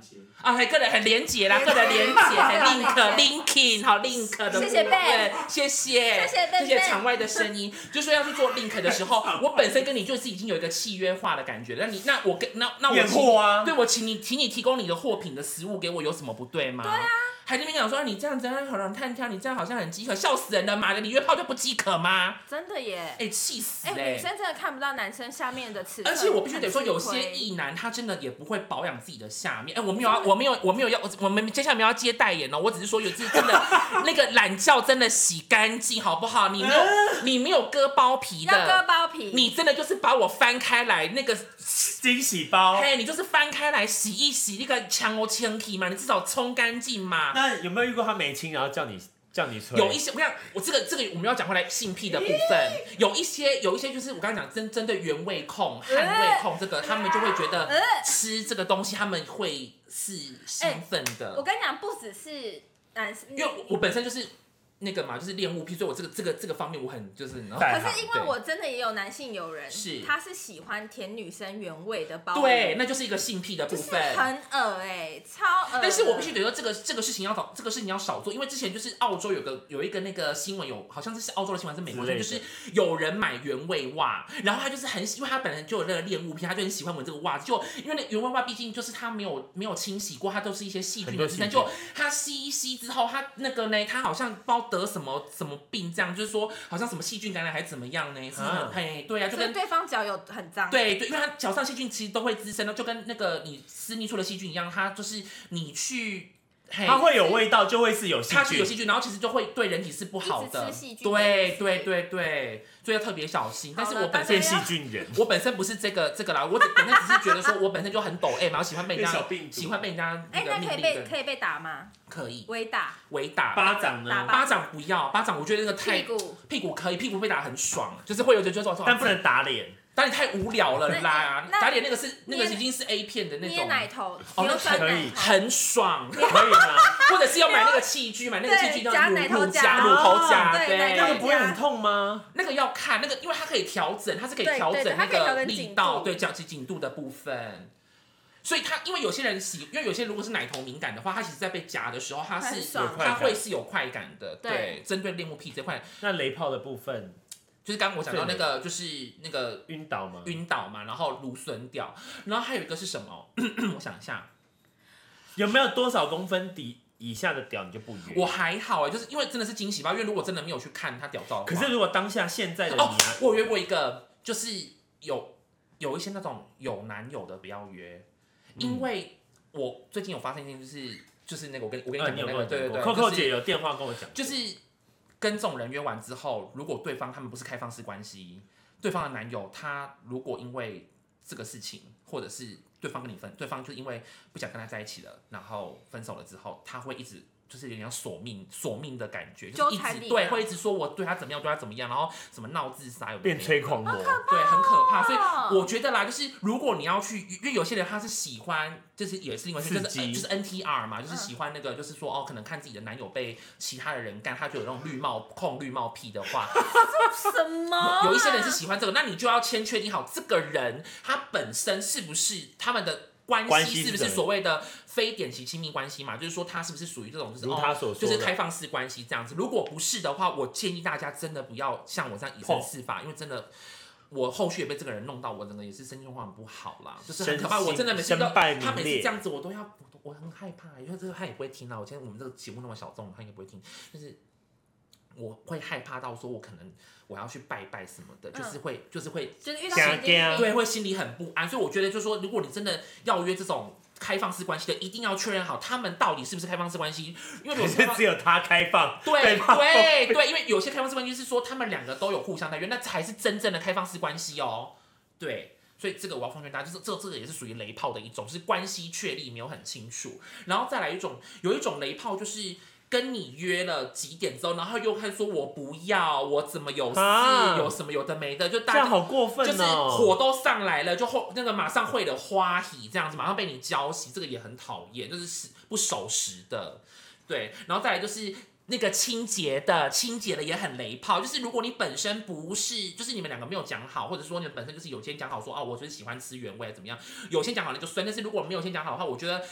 Speaker 3: 啊，还个人很连结啦，个人连结，
Speaker 2: [laughs]
Speaker 3: 很 link linking 好 link 的部
Speaker 2: 谢
Speaker 3: 分，
Speaker 2: 谢 Ben
Speaker 3: 谢谢
Speaker 2: 谢谢 Ben
Speaker 3: 谢谢场外的声音，就说要去做 link 的
Speaker 1: [laughs]
Speaker 3: 时候，我本身跟你就是已经有一个契约化的感觉，那你那我跟那那我
Speaker 1: 验
Speaker 3: 请
Speaker 1: 货啊，
Speaker 3: 对，我请你，请你提供你的货品的食物给我，有什么不对吗？对啊，还在那边讲说啊你这样子很难探跳，你这样好像很饥渴，笑死人了！妈的，你约炮就不饥渴吗？
Speaker 2: 真的耶
Speaker 3: 哎、。气死
Speaker 2: 哎、
Speaker 3: 嘞、
Speaker 2: 女生真的看不到男生下面的尺寸，
Speaker 3: 而且我必须得说，有
Speaker 2: 很吃
Speaker 3: 些
Speaker 2: 亏
Speaker 3: 异男他真的也不会保养自己的下面。哎、我没有要，我没有，我没有要，我我们接下来没有要接代言哦。我只是说，有次
Speaker 2: [laughs]
Speaker 3: 真的那个懒觉真的洗干净，好不好？你没有，你没有割包
Speaker 2: 嗯
Speaker 3: 皮
Speaker 2: 要割
Speaker 3: 的，
Speaker 2: 包皮，
Speaker 3: 你真的就是把我翻开来那个
Speaker 1: 惊喜包。
Speaker 3: 嘿，你就是翻开来洗一洗那个墙哦墙体嘛，你至少冲干净嘛。
Speaker 1: 那有没有遇过他没亲，然后叫你叫你吹？
Speaker 3: 有一些，我跟你讲，我这个这个我们要讲回来性癖的部分，有一些有一些就是我刚才讲针针对原味控、捍卫控这个，他们就会觉得
Speaker 2: 呃
Speaker 3: 吃这个东西他们会是兴奋的，
Speaker 2: 我跟你讲，不只是男生，
Speaker 3: 因为我我本身就是那个嘛，就是恋物癖，所以我这个这个这个方面我很就是你知道
Speaker 1: 在
Speaker 2: 可是因为我真的也有男性友人，
Speaker 3: 是
Speaker 2: 他是喜欢舔女生原味的包，
Speaker 3: 对，，那就是一个性癖的部
Speaker 2: 就是
Speaker 3: 分。
Speaker 2: 很恶哎、超恶。
Speaker 3: 但是我必须得说，这个这个事情要少，这个事情要少做，因为之前就是澳洲有个有一个那个新闻有，好像这是澳洲的新闻还是美国
Speaker 1: 之
Speaker 3: 的，
Speaker 1: 类
Speaker 3: 就
Speaker 1: 的
Speaker 3: 是有人买原味袜，然后他就是很喜，因为他本来就有那个恋物癖，他就很喜欢闻这个袜子，就因为那原味袜毕竟就是他没有没有清洗过，它都是一些细菌
Speaker 1: 很
Speaker 3: 的
Speaker 1: 多
Speaker 3: 滋生，
Speaker 1: 细菌
Speaker 3: 就他吸一吸之后，他那个呢，他好像不知道得什么什么病，这样就是说好像什么细菌感染还是怎么样呢？是很
Speaker 1: 啊
Speaker 3: 嘿，对啊，就
Speaker 2: 所
Speaker 3: 跟
Speaker 2: 以对方脚有很脏，，
Speaker 3: 对对，因为它脚上细菌其实都会滋生的，就跟那个你私密处的细菌一样，它就是你去，嘿
Speaker 1: 它会有味道，就会是有细
Speaker 3: 它去有
Speaker 1: 菌。
Speaker 3: 细菌，然后其实就会对人体是不好的。
Speaker 2: 一直吃细菌
Speaker 3: 对
Speaker 2: 一直吃
Speaker 3: 对对对，所以要特别小心。但是
Speaker 2: 好了
Speaker 3: 我本
Speaker 2: 大家
Speaker 3: 身
Speaker 1: 变细菌人，
Speaker 3: 我本身不是这个这个啦，我只本身只是觉得说，我本身就很抖 M，然后喜欢被人
Speaker 1: 变
Speaker 3: 家
Speaker 1: 小病毒
Speaker 3: 喜欢被人家
Speaker 2: 哎、
Speaker 3: 那个
Speaker 2: 那可
Speaker 3: 命
Speaker 2: 以
Speaker 3: 令
Speaker 2: 被
Speaker 3: 的，
Speaker 2: 可以被打吗？
Speaker 3: 可以
Speaker 2: 微打
Speaker 3: 围打
Speaker 1: 巴掌呢？
Speaker 2: 打吧
Speaker 3: 巴掌不要，巴掌我觉得那个太
Speaker 2: 屁股，
Speaker 3: 屁股可以，屁股被打很爽，就是会有人觉得说，
Speaker 1: 但不能打
Speaker 3: [laughs]
Speaker 1: 脸。
Speaker 3: 打脸太无聊了啦，
Speaker 2: 那那
Speaker 3: 打脸那个是那个
Speaker 2: 捏
Speaker 3: 已经是 A 片的那
Speaker 2: 捏
Speaker 3: 种，
Speaker 2: 奶头，
Speaker 3: 哦那
Speaker 2: 扭转
Speaker 1: 可
Speaker 2: 奶
Speaker 1: 以
Speaker 2: 头，
Speaker 3: 很爽，
Speaker 1: 可以吗？
Speaker 3: 或者是要买那个器具，买那个器具
Speaker 2: 对
Speaker 3: 叫
Speaker 2: 夹
Speaker 3: 乳
Speaker 2: 奶
Speaker 3: 乳
Speaker 2: 头
Speaker 3: 夹、
Speaker 2: 夹
Speaker 3: 乳头夹，
Speaker 2: 对奶
Speaker 1: 那
Speaker 2: 头
Speaker 1: 个
Speaker 3: 对，
Speaker 1: 不会很痛吗？
Speaker 3: 那个要看那个，因为它可以调整，它是可以
Speaker 2: 对
Speaker 3: 调整
Speaker 2: 对对
Speaker 3: 那
Speaker 2: 它可以调
Speaker 3: 个
Speaker 2: 整
Speaker 3: 力
Speaker 2: 紧
Speaker 3: 道，
Speaker 2: 度
Speaker 3: 对脚趾紧度的部分。所以它，因为有些人喜，因为有些如果是奶头敏感的话，它其实在被夹的时候，它
Speaker 2: 很
Speaker 3: 是
Speaker 2: 爽
Speaker 1: 有快
Speaker 3: 它
Speaker 1: 感
Speaker 3: 会是有快感的。
Speaker 2: 对
Speaker 3: 对，针对恋物癖这块，
Speaker 1: 那雷炮的部分
Speaker 3: 就是刚刚我讲到那个，就是那个
Speaker 1: 晕倒吗？
Speaker 3: 晕倒嘛，然后芦笋掉，然后还有一个是什么？ [clears throat] 我想一下，
Speaker 1: 有没有多少公分底以下的屌你就不约？
Speaker 3: 我还好哎、就是因为真的是惊喜吧，因为如果真的没有去看他屌照的话，
Speaker 1: 可是如果当下现在的你
Speaker 3: 哦
Speaker 1: 啊，，
Speaker 3: 我约过一个，就是有有一些那种有男友的不要约，
Speaker 1: 嗯
Speaker 3: 因为我最近有发生一件，就是就是那个我跟我跟你
Speaker 1: 呃
Speaker 3: 讲
Speaker 1: 你有
Speaker 3: 的那
Speaker 1: 跟我
Speaker 3: 个，对对
Speaker 1: 讲过
Speaker 3: 对
Speaker 1: ，Coco
Speaker 3: 就是
Speaker 1: 姐有电话跟我讲，
Speaker 3: 就是跟这种人约完之后，如果对方他们不是开放式关系，对方的男友他如果因为这个事情，或者是对方跟你分，对方就因为不想跟他在一起了，然后分手了之后，他会一直。就是有点像索命索命的感觉，就是一
Speaker 2: 纠缠
Speaker 3: 直
Speaker 2: 你
Speaker 3: 对，
Speaker 2: 吗
Speaker 3: 会一直说我对他怎么样，对他怎么样，然后什么闹自杀，有的
Speaker 1: 变
Speaker 3: 没
Speaker 1: 吹
Speaker 3: 的
Speaker 1: 狂魔，
Speaker 3: 对，很可怕。哦所以我觉得啦，就是如果你要去，因为有些人他是喜欢，就是也是因为就是呃
Speaker 1: 刺激
Speaker 3: 就是 NTR 嘛，就是
Speaker 2: 嗯
Speaker 3: 喜欢那个，就是说哦，可能看自己的男友被其他的人干，他就有那种绿帽控、绿帽癖的话，
Speaker 2: 什么啊、
Speaker 1: 哦
Speaker 3: 有一些人是喜欢这个，那你就要先确定好这个人他本身是不是他们的关
Speaker 1: 关
Speaker 3: 系
Speaker 1: 系
Speaker 3: 是
Speaker 1: 是
Speaker 3: 不
Speaker 1: 什
Speaker 3: 是
Speaker 1: 么
Speaker 3: 所谓的非典型亲密关系嘛？就是说它是不是属于这种就是
Speaker 1: 如
Speaker 3: 哦
Speaker 1: 他所说的
Speaker 3: 就是开放式关系这样子？如果不是的话，我建议大家真的不要像我这样以身
Speaker 1: 碰
Speaker 3: 试法，因为真的。我后续也被这个人弄到，我整个也是身心状况很不好啦，就是很
Speaker 1: 身
Speaker 3: 可怕。我
Speaker 1: 心
Speaker 3: 真的每次都
Speaker 1: 身败
Speaker 3: 他
Speaker 1: 名
Speaker 3: 每次
Speaker 1: 裂
Speaker 3: 这样子，我都要我都我很害怕，因为这个他也不会听到。啊我今天我们这个节目那么小众，他应该不会听。就是我会害怕到说，我可能我要去拜拜什么的，就是会就是会
Speaker 2: 就是遇到
Speaker 1: 吓
Speaker 2: 神经
Speaker 1: 吓
Speaker 2: 病，
Speaker 3: 对，会心里很不安。所以我觉得，就是说，如果你真的要约这种开放式关系的，一定要确认好他们到底是不是开放式关系，因为有
Speaker 1: 可 [laughs]
Speaker 3: 些
Speaker 1: 是
Speaker 3: 开放
Speaker 1: 只有他开放，
Speaker 3: 对
Speaker 1: 方
Speaker 3: 对对，因为有些开放式关系是说他们两个都有互相的约，那才是真正的开放式关系哦。对，所以这个我要奉劝大家，就是这这个也是属于雷炮的一种，就是关系确立没有很清楚，然后再来一种，有一种雷炮就是。跟你约了几点之后，然后又开始说我不要，我怎么有事，
Speaker 1: 啊
Speaker 3: 有什么有的没的，就
Speaker 1: 这
Speaker 3: 大家
Speaker 1: 样好过分
Speaker 3: 就是
Speaker 1: 哦！
Speaker 3: 火都上来了，就后那个马上会的花喜这样子，马上被你浇熄，这个也很讨厌，就是是不守时的，对，然后再来就是。那个清洁的，清洁的也很雷炮，就是如果你本身不是，就是你们两个没有讲好，或者说你们本身就是有先讲好说，哦，我就是喜欢吃原味怎么样，有先讲好了就算，但是如果没有先讲好的话，我觉得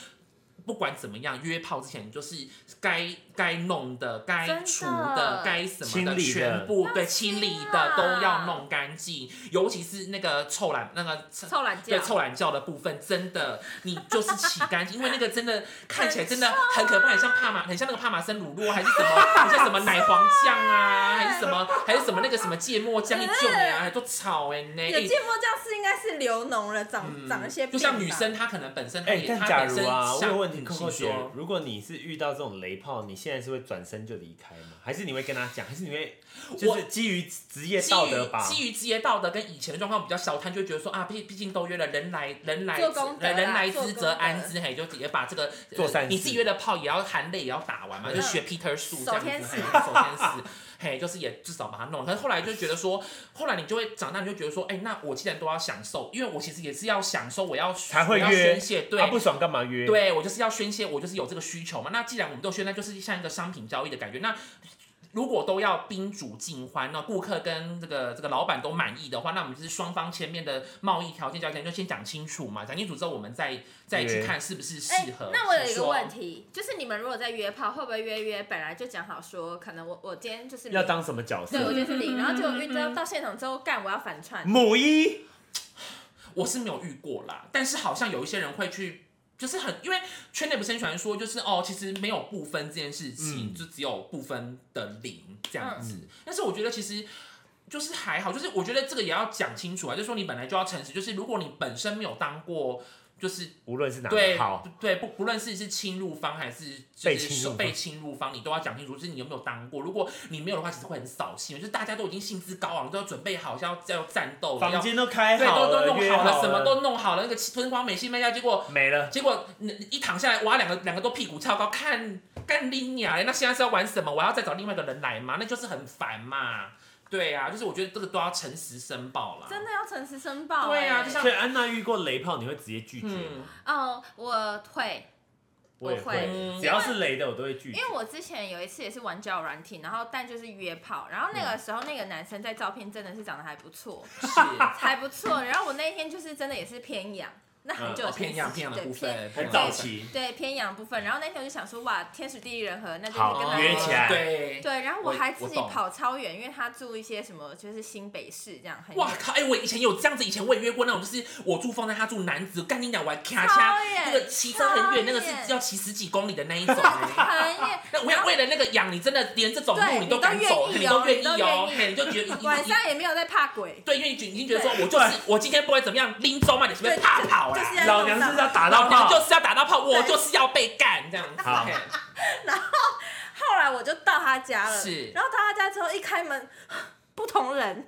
Speaker 3: 不管怎么样，约炮之前你就是该该弄的、该
Speaker 2: 真
Speaker 3: 除
Speaker 2: 的
Speaker 3: 的、该什么
Speaker 1: 清理的
Speaker 3: 全部对
Speaker 2: 要清
Speaker 3: 清理的
Speaker 2: 啊
Speaker 3: 都要弄干净，尤其是那个臭懒那个臭
Speaker 2: 臭懒觉
Speaker 3: 对。臭懒觉的部分，真的你就是洗干净，因为那个真
Speaker 2: [laughs]
Speaker 3: 的看起来真的很可怕，很像帕玛，很像那个帕玛森乳酪，还是什
Speaker 2: [laughs]
Speaker 3: 么，很像什么奶黄酱啊，还是什么，还是什么那个什么芥末酱，一种啊，还做草哎呢。
Speaker 2: 有芥末酱是应该是流脓了，长、长一些病
Speaker 3: 嗯就
Speaker 2: 吧。
Speaker 3: 像女生，她可能本身她
Speaker 1: 哎、
Speaker 3: 也，
Speaker 1: 但
Speaker 3: 她
Speaker 1: 假
Speaker 3: 本身
Speaker 1: 如啊，我
Speaker 3: 像
Speaker 1: 有问题
Speaker 3: 嗯
Speaker 1: ，Coco
Speaker 3: 请说
Speaker 1: 姐，如果你是遇到这种雷炮，你现在是会转身就离开吗？还是你会跟他讲？还是你会就
Speaker 3: 我
Speaker 1: 是基于职业
Speaker 3: 基
Speaker 1: 道德吧啊
Speaker 3: 于？基于职业道德跟以前的状况比较小摊，就觉得说啊，毕毕竟都约了，人来人来
Speaker 2: 做功德啦
Speaker 3: 人来
Speaker 2: 做
Speaker 3: 之
Speaker 2: 功
Speaker 3: 则
Speaker 2: 德
Speaker 3: 安之，嘿，就也把这个呃
Speaker 1: 做善事
Speaker 3: 你自己约的炮也要含泪也要打完嘛，就
Speaker 2: 嗯
Speaker 3: 学 Peter 树这
Speaker 2: 手
Speaker 3: 样子，嘿
Speaker 2: 天使
Speaker 3: 手天使， [laughs] 嘿，就是也至少把它弄。可是后来就觉得说，后来你就会长大，你就觉得说，哎，那我既然都要享受，因为我其实也是要享受，我要
Speaker 1: 才会
Speaker 3: 我要
Speaker 1: 约
Speaker 3: 宣泄，对，
Speaker 1: 他、不爽干嘛约？，
Speaker 3: 对我就是要宣泄，我就是有这个需求嘛。那既然我们都宣，那就是像一个商品交易的感觉。那如果都要宾主尽欢，那顾客跟这个这个老板都满意的话，那我们就是双方前面的贸易条件、交易条件就先讲清楚嘛。讲清楚之后，我们再再去
Speaker 1: 对
Speaker 3: 看是不是适
Speaker 2: 哎、
Speaker 3: 合、
Speaker 2: 那我有一个
Speaker 3: 是呃说啊
Speaker 2: 问，题，就是你们如果在约炮，会不会约约本来就讲好说，可能我我今天就是
Speaker 1: 要
Speaker 2: 零
Speaker 1: 当什么角
Speaker 2: 对，我
Speaker 1: 色？
Speaker 2: 就是
Speaker 3: 嗯
Speaker 2: 零，然后结果遇到到现场之后，干我要反串，
Speaker 1: 母一，
Speaker 3: 我是没有遇过啦，但是好像有一些人会去。就是很，因为圈内不是很喜欢说，就是哦，其实没有部分这件事情，
Speaker 1: 嗯
Speaker 3: 就只有部分的零这样子。但是我觉得其实就是还好，就是我觉得这个也要讲清楚啊，就是说你本来就要诚实，就是如果你本身没有当过，就是
Speaker 1: 无论是哪
Speaker 3: 对
Speaker 1: 个好，
Speaker 3: 对不不论是是侵入方还是就是
Speaker 1: 被侵入方
Speaker 3: 被侵入方，你都要讲清楚，就是你有没有当过。如果你没有的话，其实会很扫兴，就是大家都已经兴致高昂，都要准备好要要战斗了，
Speaker 1: 房
Speaker 3: 要
Speaker 1: 间都开
Speaker 3: 对
Speaker 1: 好
Speaker 3: 哎都
Speaker 1: 了，
Speaker 3: 都弄
Speaker 1: 约好
Speaker 3: 好了，什么都弄好了，那个春光美气卖家，结果
Speaker 1: 没了。
Speaker 3: 结果你你一躺下来，哇，两个两个都屁股翘高，看干拎呀！那现在是要玩什么？我要再找另外一个人来嘛？那就是很烦嘛。对啊，就是我觉得这个都要诚实申报啦。
Speaker 2: 真的要诚实申报、
Speaker 3: 对啊
Speaker 2: 哎
Speaker 3: 就像
Speaker 1: 所以安娜遇过雷炮，你会直接拒绝
Speaker 3: 嗯
Speaker 1: 吗？，
Speaker 2: 哦，我会，
Speaker 1: 我也
Speaker 2: 我会
Speaker 3: 嗯
Speaker 1: 只要是雷的我都会拒
Speaker 2: 因
Speaker 1: 绝。
Speaker 2: 为我之前有一次也是玩交友软体，然后但就是约炮，然后那
Speaker 3: 嗯
Speaker 2: 个时候那个男生在照片真的是长得还不错， [laughs]
Speaker 3: 是
Speaker 2: 还不
Speaker 3: [laughs]
Speaker 2: 错，然后我那一天就是真的也是偏阳，那很久以前的事情、
Speaker 3: 哦偏阳偏阳的
Speaker 2: 对
Speaker 3: 部
Speaker 2: 偏
Speaker 3: 分，
Speaker 1: 很
Speaker 3: 偏
Speaker 1: 早
Speaker 3: 阳
Speaker 1: 期，
Speaker 2: 对偏阳部分，然后那天我就想说哇，天时地利人和，那就是
Speaker 1: 好
Speaker 2: 跟
Speaker 3: 哦
Speaker 2: 他
Speaker 1: 约起来
Speaker 3: 对，
Speaker 2: 对，然后我
Speaker 3: 我
Speaker 2: 还自己
Speaker 3: 我懂
Speaker 2: 跑超远，因为他住一些什么就是新北市这样很远
Speaker 3: 哇，靠！哎、我以前有这样子，以前我也约过那种，就是我住放在他住男子，干你娘，我还卡掐
Speaker 2: 超远
Speaker 3: 那个骑车很远，那个是
Speaker 2: 超远
Speaker 3: 要骑十几公里的那一种、哎
Speaker 2: 很远，
Speaker 3: 那我要为了那个养，你真的连这种
Speaker 2: 对
Speaker 3: 路你都
Speaker 2: 你都
Speaker 3: 敢走，
Speaker 2: 愿意
Speaker 3: 你
Speaker 2: 哦
Speaker 3: 都愿意
Speaker 2: 你都愿
Speaker 3: 哦，
Speaker 2: 意
Speaker 3: 嘿，你就觉得
Speaker 2: [laughs]
Speaker 3: 你
Speaker 2: 晚上也没有在怕鬼，
Speaker 3: 对，因为你已经觉得说，
Speaker 2: 对
Speaker 3: 我就是我今天不管怎么样，拎走嘛，你是不是
Speaker 2: 对
Speaker 3: 怕
Speaker 2: 就
Speaker 3: 跑
Speaker 2: 就是要
Speaker 3: 啦？
Speaker 1: 老娘就是要打到
Speaker 3: 老娘
Speaker 1: 炮，
Speaker 3: 就是要打到炮，我
Speaker 2: 对
Speaker 3: 就是要被干这样子。
Speaker 1: 好
Speaker 3: 嘿
Speaker 2: 后来我就到他家了，
Speaker 3: 是
Speaker 2: 然后到他家之后一开门， [gasps] 不同人，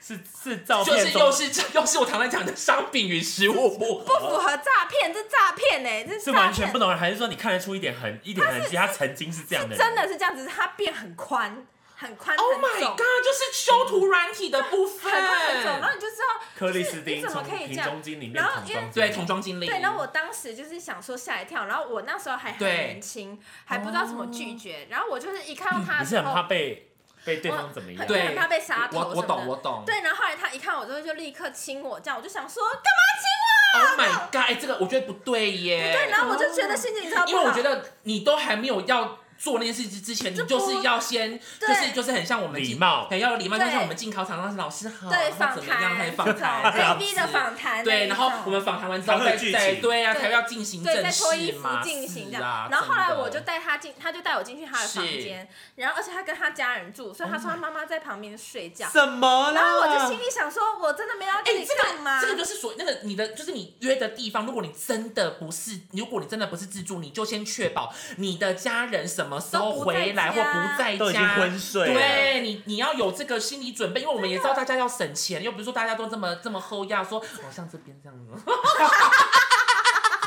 Speaker 1: 是是照
Speaker 3: 就
Speaker 1: 片
Speaker 3: 是
Speaker 1: 中
Speaker 3: 又是这又是我常常讲的商品与食物不
Speaker 2: 不符合诈骗，这诈骗呢，这
Speaker 1: 是
Speaker 2: 诈
Speaker 1: 完全
Speaker 2: 骗
Speaker 1: 不懂的，还是说你看得出一点痕一点痕迹？他曾经是这样的人，
Speaker 2: 真的是这样子，他变很宽，很宽
Speaker 3: Oh
Speaker 2: 很
Speaker 3: my
Speaker 2: 肿
Speaker 3: god，就是修图软体的部
Speaker 2: 很宽很肿，然
Speaker 3: 分。
Speaker 2: 后你就知道
Speaker 1: 克里斯汀
Speaker 2: 就是你怎
Speaker 1: 从
Speaker 2: 么可以这
Speaker 1: 瓶
Speaker 2: 样
Speaker 1: 中精里面
Speaker 2: 然后
Speaker 1: 捅
Speaker 2: 因为
Speaker 1: 装
Speaker 3: 对，桶装精灵。
Speaker 2: 对，然后我当时就是想说吓一跳，然后我那时候还很
Speaker 3: 对
Speaker 2: 年轻，还不知道怎么拒绝，然后我就是一看到他
Speaker 1: 你
Speaker 2: 的
Speaker 1: 是
Speaker 2: 时
Speaker 1: 很
Speaker 2: 候，
Speaker 1: 怕被被对
Speaker 2: 我
Speaker 1: 方怎么样？
Speaker 2: 对
Speaker 3: 对，
Speaker 2: 怕被杀头
Speaker 3: 我
Speaker 2: 什么
Speaker 3: 我懂，
Speaker 2: 的
Speaker 3: 我懂。
Speaker 2: 对，然后后来他一看我之后就立刻亲我，这样我就想说干嘛亲啊
Speaker 3: Oh my god！哎，这个我觉得不对耶。
Speaker 2: 对，然后我就觉得心情超不好，
Speaker 3: 因为我觉得你都还没有要做那件事之前，你
Speaker 2: 这不
Speaker 3: 就是要先，
Speaker 2: 对
Speaker 3: 就是就是很像我们进
Speaker 1: 礼貌
Speaker 3: 很要有礼貌，就
Speaker 2: 对
Speaker 3: 像我们进考场，让老师好，
Speaker 2: 对
Speaker 3: 然后
Speaker 2: 访
Speaker 3: 怎么样，还
Speaker 2: 谈
Speaker 3: 访谈这
Speaker 2: A
Speaker 3: 样子
Speaker 2: B 的访谈那一
Speaker 3: 对，
Speaker 2: 种，
Speaker 3: 然后我们访谈完之后
Speaker 1: 还会
Speaker 3: 再
Speaker 1: 有剧
Speaker 3: 再
Speaker 1: 情
Speaker 3: 对啊，
Speaker 2: 对
Speaker 3: 才要进行
Speaker 2: 对，
Speaker 3: 正
Speaker 2: 再脱衣
Speaker 3: 式
Speaker 2: 服
Speaker 3: 嘛，
Speaker 2: 进行
Speaker 3: 是
Speaker 2: 这样。
Speaker 3: 啊。
Speaker 2: 然后后来
Speaker 3: 真的
Speaker 2: 我就带他进，他就带我进去他的
Speaker 3: 是哦
Speaker 2: 房间，然后而且他跟他家人住，所以他说他妈妈在旁边睡觉。
Speaker 1: 什么啦？
Speaker 2: 然后我就心里想说，我真的没有要
Speaker 3: 啊哎、
Speaker 2: 跟你
Speaker 3: 这个
Speaker 2: 看吗？
Speaker 3: 这个就是所那个你的就是你约的地方，如果你真的不是，如果你真的不是自助，你就先确保你的家人什么时候
Speaker 2: 都不在
Speaker 3: 回来或
Speaker 2: 家
Speaker 3: 不在家，
Speaker 1: 都已经昏睡了
Speaker 3: 对你，你要有这个心理准备，因为我们也知道大家要省钱，又不是说大家都这么这么厚压，说哦像这边这样子，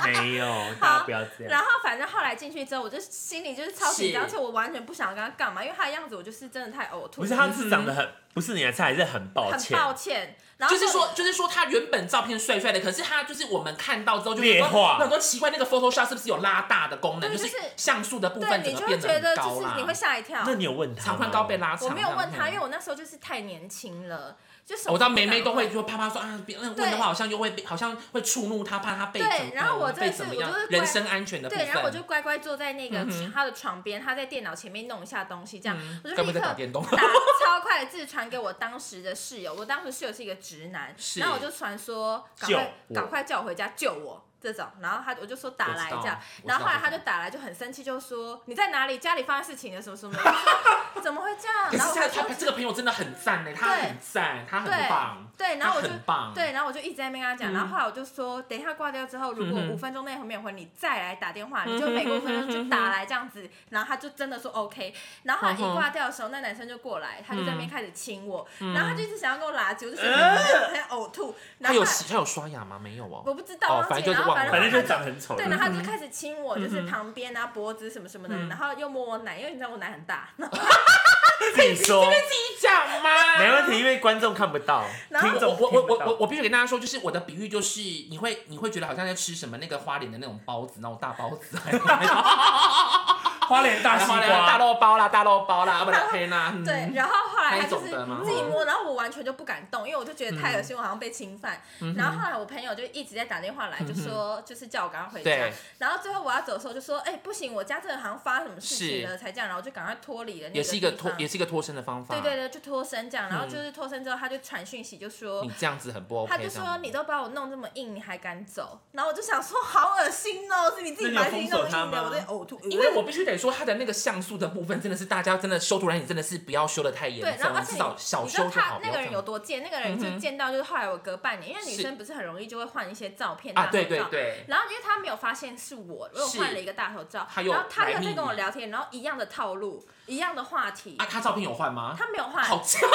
Speaker 1: 没有，大家不要这样。
Speaker 2: 啊然后反正后来进去之后，我就心里就是超紧张，
Speaker 3: 是
Speaker 2: 而且我完全不想要跟他干嘛，因为他的样子我就是真的太呕吐，
Speaker 1: 不是他是长得很，不是你的菜，还是很抱
Speaker 2: 嗯很
Speaker 1: 歉。
Speaker 2: 抱歉。然后
Speaker 3: 就是说就是说他原本照片帅帅的，可是他就是我们看到之后就
Speaker 1: 劣
Speaker 3: 是
Speaker 1: 化
Speaker 3: 说很多奇怪，那个 Photoshop 是不是有拉大的功能，
Speaker 2: 对
Speaker 3: 是
Speaker 2: 就是
Speaker 3: 像素的部
Speaker 2: 对
Speaker 3: 分
Speaker 2: 你
Speaker 3: 整
Speaker 2: 就
Speaker 3: 个
Speaker 2: 会
Speaker 3: 变得
Speaker 2: 觉得
Speaker 3: 很
Speaker 2: 就
Speaker 3: 高
Speaker 2: 是
Speaker 3: 啦
Speaker 2: 你，会吓一跳。
Speaker 1: 那你有问他吗
Speaker 3: 长宽高被拉长，
Speaker 2: 我没有问
Speaker 3: 这
Speaker 2: 他，
Speaker 3: 样
Speaker 2: 因为我那时候就是太年轻了，就是
Speaker 3: 哦我知道梅梅都会就啪啪说啊，别问
Speaker 2: 对
Speaker 3: 的话好像又会被，好像会触怒她，怕她被
Speaker 2: 对
Speaker 3: 怎么
Speaker 2: 然后我真的
Speaker 3: 被
Speaker 2: 是
Speaker 3: 怎么
Speaker 2: 我
Speaker 3: 样
Speaker 2: 就是
Speaker 3: 人
Speaker 2: 乖
Speaker 3: 身安全的部
Speaker 2: 对，
Speaker 3: 分。
Speaker 2: 然后我就乖乖坐在那个
Speaker 3: 嗯哼
Speaker 2: 他的床边，他在电脑前面弄一下东西，这样、我就
Speaker 3: 该不
Speaker 2: 立刻
Speaker 3: 会在打
Speaker 2: 打
Speaker 3: 电动
Speaker 2: 超快的字传给我当时的室友，我当时室友是一个直男，
Speaker 3: 是
Speaker 2: 然后我就传说赶
Speaker 1: 救
Speaker 2: 快
Speaker 1: 我
Speaker 2: 赶快叫我回家救我这种，然后他我就说 [laughs] 打来
Speaker 3: 我知道
Speaker 2: 这样，
Speaker 3: 我知道
Speaker 2: 然后后来他
Speaker 3: 我
Speaker 2: 就
Speaker 3: 知道
Speaker 2: 打来就很生气，就说你在哪里，家里发生事情了什么什么，我
Speaker 3: [laughs]
Speaker 2: 就说怎么会这样？
Speaker 3: 可是
Speaker 2: 然后
Speaker 3: 他
Speaker 2: 我就
Speaker 3: 他这个朋友真的很赞呢，他
Speaker 2: 对
Speaker 3: 很赞，他很
Speaker 2: 对
Speaker 3: 棒，
Speaker 2: 对，然后我就
Speaker 3: 他很棒
Speaker 2: 对，然后我就一直在那边跟他讲，然后后来我就说，等一下挂掉之后，如果
Speaker 3: 嗯哼嗯
Speaker 2: 五分钟内没有回，你再来打电话，你就每过五分钟就打来这样子，然后他就真的说 OK，然
Speaker 3: 嗯
Speaker 2: 后他一挂掉的时候，那男生就过来，他就在那边开始亲我，然后他就一直想要跟我拉近，我就觉得很呕吐，然
Speaker 3: 嗯他
Speaker 2: 后
Speaker 3: 有
Speaker 2: 后来
Speaker 3: 洗他有刷牙吗？没有哦，
Speaker 2: 我不知道
Speaker 3: 哦
Speaker 2: 忘
Speaker 3: 反
Speaker 2: 记，然
Speaker 3: 正就是
Speaker 2: 后
Speaker 3: 忘
Speaker 2: 反
Speaker 3: 了
Speaker 1: 反正就
Speaker 2: 后他
Speaker 1: 长得很丑。
Speaker 2: 对，然后他就开始亲我，就
Speaker 3: 嗯
Speaker 2: 是
Speaker 3: 哼嗯
Speaker 2: 旁边啊、脖子什么什么的，然后又摸我奶，因为你知道我奶很大，
Speaker 1: 自己说，
Speaker 3: 自己讲嘛，
Speaker 1: 没问题，因为观众看不到，
Speaker 2: 然后
Speaker 1: 听
Speaker 3: 我
Speaker 1: 众
Speaker 3: 我我我我
Speaker 1: 我
Speaker 3: 我必须给大家说，就是我的比喻就是，你会你会觉得好像在吃什么那个花莲的那种包子，那种大包
Speaker 1: [laughs]
Speaker 3: 子，
Speaker 1: 花莲大西
Speaker 3: 花莲 [laughs]
Speaker 1: 瓜，
Speaker 3: 大肉包啦，大肉包
Speaker 2: [laughs]
Speaker 3: 啦，啊不然黑啦，嗯
Speaker 2: 对，，然后后来他就是
Speaker 3: 那一种的吗嗯
Speaker 2: 自己摸，然后我完全就不敢动，因为我就觉得太恶心，我好像被侵犯。
Speaker 3: 嗯
Speaker 2: 然后后来我朋友就一直在打电话来，就说就是叫我赶快回家
Speaker 3: 对。
Speaker 2: 然后最后我要走的时候就说，哎，不行，我家真的好像发生什么事情了，才这样。然后我就赶快脱离了那
Speaker 3: 也是一个
Speaker 2: 地
Speaker 3: 脱
Speaker 2: 方
Speaker 3: 也是一个脱身的方法，
Speaker 2: 对对对，就脱身这样。然后就是脱身之后，他就传讯息就说
Speaker 3: 你。这样子很不 OK，
Speaker 2: 他就
Speaker 3: 这样
Speaker 2: 说：“你都把我弄这么硬，你还敢走？”然后我就想说：“好恶心哦，是你自己把自己
Speaker 1: 那你
Speaker 2: 弄
Speaker 1: 有封锁他
Speaker 2: 硬的，
Speaker 1: 吗
Speaker 2: 我在呕吐。”
Speaker 3: 因为我必须得说，它的那个像素的部分真的是大家真的修图软体真的是不要修的太严
Speaker 2: 对，然后
Speaker 3: 重，
Speaker 2: 而
Speaker 3: 至
Speaker 2: 且
Speaker 3: 少小
Speaker 2: 你知道
Speaker 3: 修就
Speaker 2: 他
Speaker 3: 好。不
Speaker 2: 那
Speaker 3: 要
Speaker 2: 个
Speaker 3: 这
Speaker 2: 人
Speaker 3: 样嗯
Speaker 2: 有多贱，那个人就贱到就是后来我隔半年，因为女
Speaker 3: 是
Speaker 2: 生不是很容易就会换一些照片
Speaker 3: 啊，
Speaker 2: 大头
Speaker 3: 对对
Speaker 2: 照。
Speaker 3: 对，
Speaker 2: 然后因为他没有发现是我，我有
Speaker 3: 是
Speaker 2: 换了一个大头照，
Speaker 3: 他又
Speaker 2: 然后他又
Speaker 3: 来密
Speaker 2: 在跟我
Speaker 3: 你
Speaker 2: 聊天，然后一样的套路，一样的话题
Speaker 3: 啊，，他照片有换吗？
Speaker 2: 他没有换，
Speaker 3: 好强，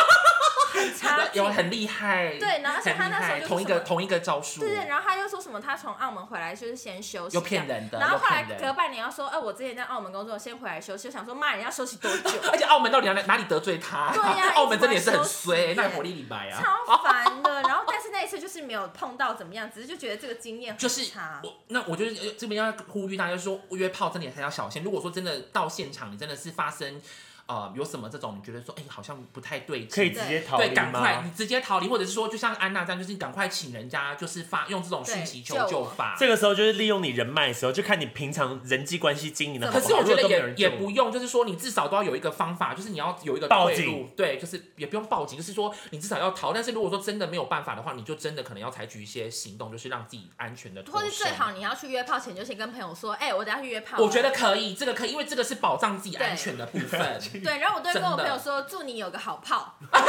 Speaker 2: 差
Speaker 3: [laughs] 有
Speaker 2: 劲
Speaker 3: 很厉害。
Speaker 2: 对然后而且他那时候
Speaker 3: 很厉害
Speaker 2: 就是
Speaker 3: 同一个
Speaker 2: 什么
Speaker 3: 同一个招数，
Speaker 2: 对对，然后他又说什么他从澳门回来就是先休息，
Speaker 3: 又骗人
Speaker 2: 这
Speaker 3: 的
Speaker 2: 样然后
Speaker 3: 又
Speaker 2: 后来
Speaker 3: 骗人，
Speaker 2: 隔半年要说，哎，我之前在澳门工作，先回来休息，我想说骂人要休息多久
Speaker 3: [laughs] 而且澳门到底哪哪里得罪他？
Speaker 2: 对呀
Speaker 3: [laughs] 澳门真的也是很衰，
Speaker 2: 一直在收
Speaker 3: 那
Speaker 2: 拾
Speaker 3: 火力李白啊。
Speaker 2: 超烦的。然后但是那一次就是没有碰到怎么样，只是就觉得这个经验很
Speaker 3: 就是
Speaker 2: 差。
Speaker 3: 我，那我就是呃这边要呼吁大家，就是说约炮真的也很要小心。如果说真的到现场，你真的是发生呃有什么这种，你觉得说哎、好像不太对劲，
Speaker 1: 可以直接逃
Speaker 3: 对，
Speaker 1: 离
Speaker 3: 赶快
Speaker 1: 吗
Speaker 3: 你？直接逃离，或者是说，就像安娜这样，就是你赶快请人家，就是发用这种讯息求
Speaker 2: 对
Speaker 3: 救法。
Speaker 1: 这个时候就是利用你人脉的时候，就看你平常人际关系经营的好
Speaker 3: 可
Speaker 1: 不好。
Speaker 3: 是我觉
Speaker 1: 如果
Speaker 3: 得
Speaker 1: 都没有
Speaker 3: 也
Speaker 1: 人救
Speaker 3: 也不用，就是说你至少都要有一个方法，就是你要有一个
Speaker 1: 报
Speaker 3: 退
Speaker 1: 警
Speaker 3: 路，对，就是也不用报警，就是说你至少要逃。但是如果说真的没有办法的话，你就真的可能要采取一些行动，就是让自己安全的脱
Speaker 2: 或
Speaker 3: 身。
Speaker 2: 是最好你要去约炮前，就先跟朋友说，哎、我等下去约炮哦。
Speaker 3: 我觉得可以，这个可以，因为这个是保障自己安
Speaker 2: 对
Speaker 3: 全的部分。
Speaker 2: [laughs] 对，然后我都会跟我
Speaker 3: 真的
Speaker 2: 朋友说，祝你有个好
Speaker 3: [laughs]
Speaker 2: 炮。哎、
Speaker 3: 哦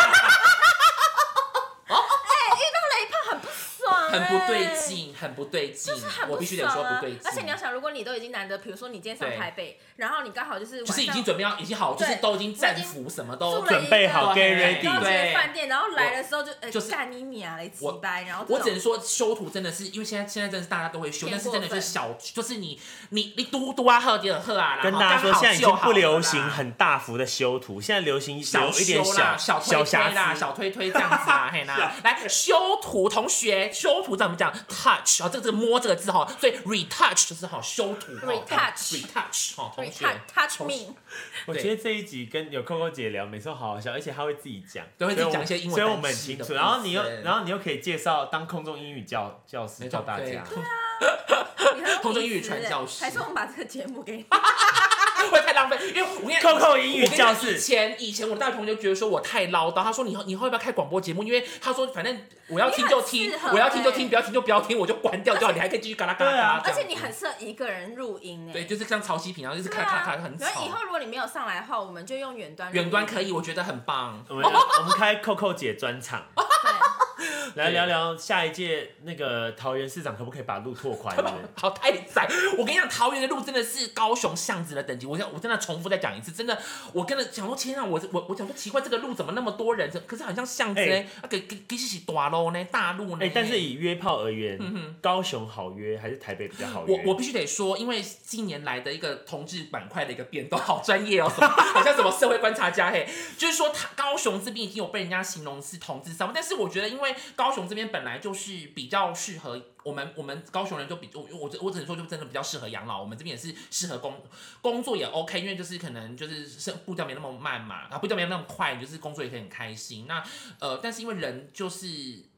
Speaker 2: 遇到雷炮很不爽、
Speaker 3: 很不对
Speaker 2: 哎。
Speaker 3: 劲，很不对劲，
Speaker 2: 就是很
Speaker 3: 我
Speaker 2: 不
Speaker 3: 必须得
Speaker 2: 爽
Speaker 3: 说
Speaker 2: 啊！
Speaker 3: 不对劲。
Speaker 2: 而且你要想，如果你都已经难得，比如说你今天上
Speaker 3: 对
Speaker 2: 台北，
Speaker 3: 嗯
Speaker 2: 然后你刚好就是晚
Speaker 3: 就
Speaker 2: 上
Speaker 3: 是已经准备要，已经好，就是
Speaker 2: 对
Speaker 3: 都已经战
Speaker 2: 我已经
Speaker 3: 俘，什么都
Speaker 2: 住了
Speaker 1: 准备好
Speaker 3: 对
Speaker 1: get ready，
Speaker 2: 高级的
Speaker 3: 对
Speaker 2: 饭店，然后来的时候就呃
Speaker 3: 就是
Speaker 2: 干你娘嘞，鸡
Speaker 3: 我
Speaker 2: 掰！然后这
Speaker 3: 我
Speaker 2: 种
Speaker 3: 只能说修图真的是，因为现在现在真的是大家都会修，
Speaker 2: 偏
Speaker 3: 但是真的
Speaker 2: 过
Speaker 3: 就
Speaker 2: 分
Speaker 3: 是小，就是你你你嘟嘟啊喝点喝啊啦，
Speaker 1: 跟
Speaker 3: 好
Speaker 1: 大家说，
Speaker 3: 刚好
Speaker 1: 现在已
Speaker 3: 就
Speaker 1: 经
Speaker 3: 好
Speaker 1: 不
Speaker 3: 了
Speaker 1: 流
Speaker 3: 啦
Speaker 1: 行很大幅的修图，现在流行
Speaker 3: 小
Speaker 1: 有一
Speaker 3: 修
Speaker 1: 点
Speaker 3: 啦、
Speaker 1: 小
Speaker 3: 推推
Speaker 1: 瑕
Speaker 3: 啦、
Speaker 1: 疵。 [laughs]
Speaker 3: 小推推这样子啊，嘿啦，来修图同学修修图，在我们讲 touch 啊，这个这个摸这个字哈，所以 retouch 就是哈修图哈哦
Speaker 2: Retouch
Speaker 3: retouch 哈，同学
Speaker 2: touch touch
Speaker 3: 同学
Speaker 2: me，
Speaker 1: 我觉得这一集跟有 Coco 姐聊，每次都好好笑，而且她会自己讲，
Speaker 3: 对会自己讲一些英文
Speaker 1: 所以我
Speaker 3: 单
Speaker 1: 们
Speaker 3: 词
Speaker 1: 很
Speaker 3: 的
Speaker 1: 清楚。
Speaker 3: 部
Speaker 1: 然后你又，
Speaker 3: 分
Speaker 1: 然后你又可以介绍当空中英语教教师
Speaker 3: 没
Speaker 1: 教
Speaker 3: 错
Speaker 1: 大家，
Speaker 3: 对
Speaker 2: 你还有
Speaker 3: 同桌英语
Speaker 2: 名字
Speaker 3: 传
Speaker 2: 欸
Speaker 3: 教士
Speaker 2: 还是我们把这个节目
Speaker 3: [laughs]
Speaker 2: 给你？
Speaker 3: [laughs] 会不会太浪费，因为我跟你讲。
Speaker 1: Coco 英
Speaker 3: 我
Speaker 1: 语
Speaker 3: 跟你讲
Speaker 1: 教
Speaker 3: 以
Speaker 1: 室，
Speaker 3: 前以前我的大学同学觉得说我太唠叨，他说你以后你以后要不要开广播节目？因为他说反正我要听就听
Speaker 2: 你很适，合
Speaker 3: 我要听就听，
Speaker 2: 欸
Speaker 3: 不要听就不要听，我就关掉就好，你还可以继续嘎啦嘎啦
Speaker 1: 对啊
Speaker 3: 嘎啦这
Speaker 2: 而
Speaker 3: 样子。
Speaker 2: 且你很适合一个人录音哎。
Speaker 3: 对，就是像潮汐平，然后就是
Speaker 2: 对
Speaker 3: 咔
Speaker 2: 啊，
Speaker 3: 咔咔很
Speaker 2: 然后以
Speaker 3: 吵。
Speaker 2: 后如果你没有上来的话，我们就用远端。
Speaker 3: 远端可以，。我觉得很棒。
Speaker 1: 我们我们开 Coco 姐专场，
Speaker 2: 对， [laughs]
Speaker 1: 来聊聊下一届那个桃园市长可不可以把路拓宽一点？
Speaker 3: 好太窄！我跟你讲，桃园的路真的是高雄巷子的等级。我想，我真的重复再讲一次，真的，我跟着讲说，天啊，我我我讲说奇怪，这个路怎么那么多人？可是好像巷子呢
Speaker 1: 哎，
Speaker 3: 啊，给给给是大路呢，大路呢。
Speaker 1: 哎、但是以约炮而言，高雄好约还是台北比较好
Speaker 3: 我
Speaker 1: 约？
Speaker 3: 嗯我必须得说，因为近年来的一个同志板块的一个变动， [laughs] 好专业哦，什么好像什么社会观察家嘿，就是说他高雄这边已经有被人家形容是同志沙漠，但是我觉得因为高雄这边本来就是比较适合我们，我们高雄人就比我我我只能说就真的比较适合养老，我们这边也是适合工工作也 OK，因为就是可能就是生步调没那么慢嘛，啊步调没那么快，就是工作也可以很开心。那呃，但是因为人就是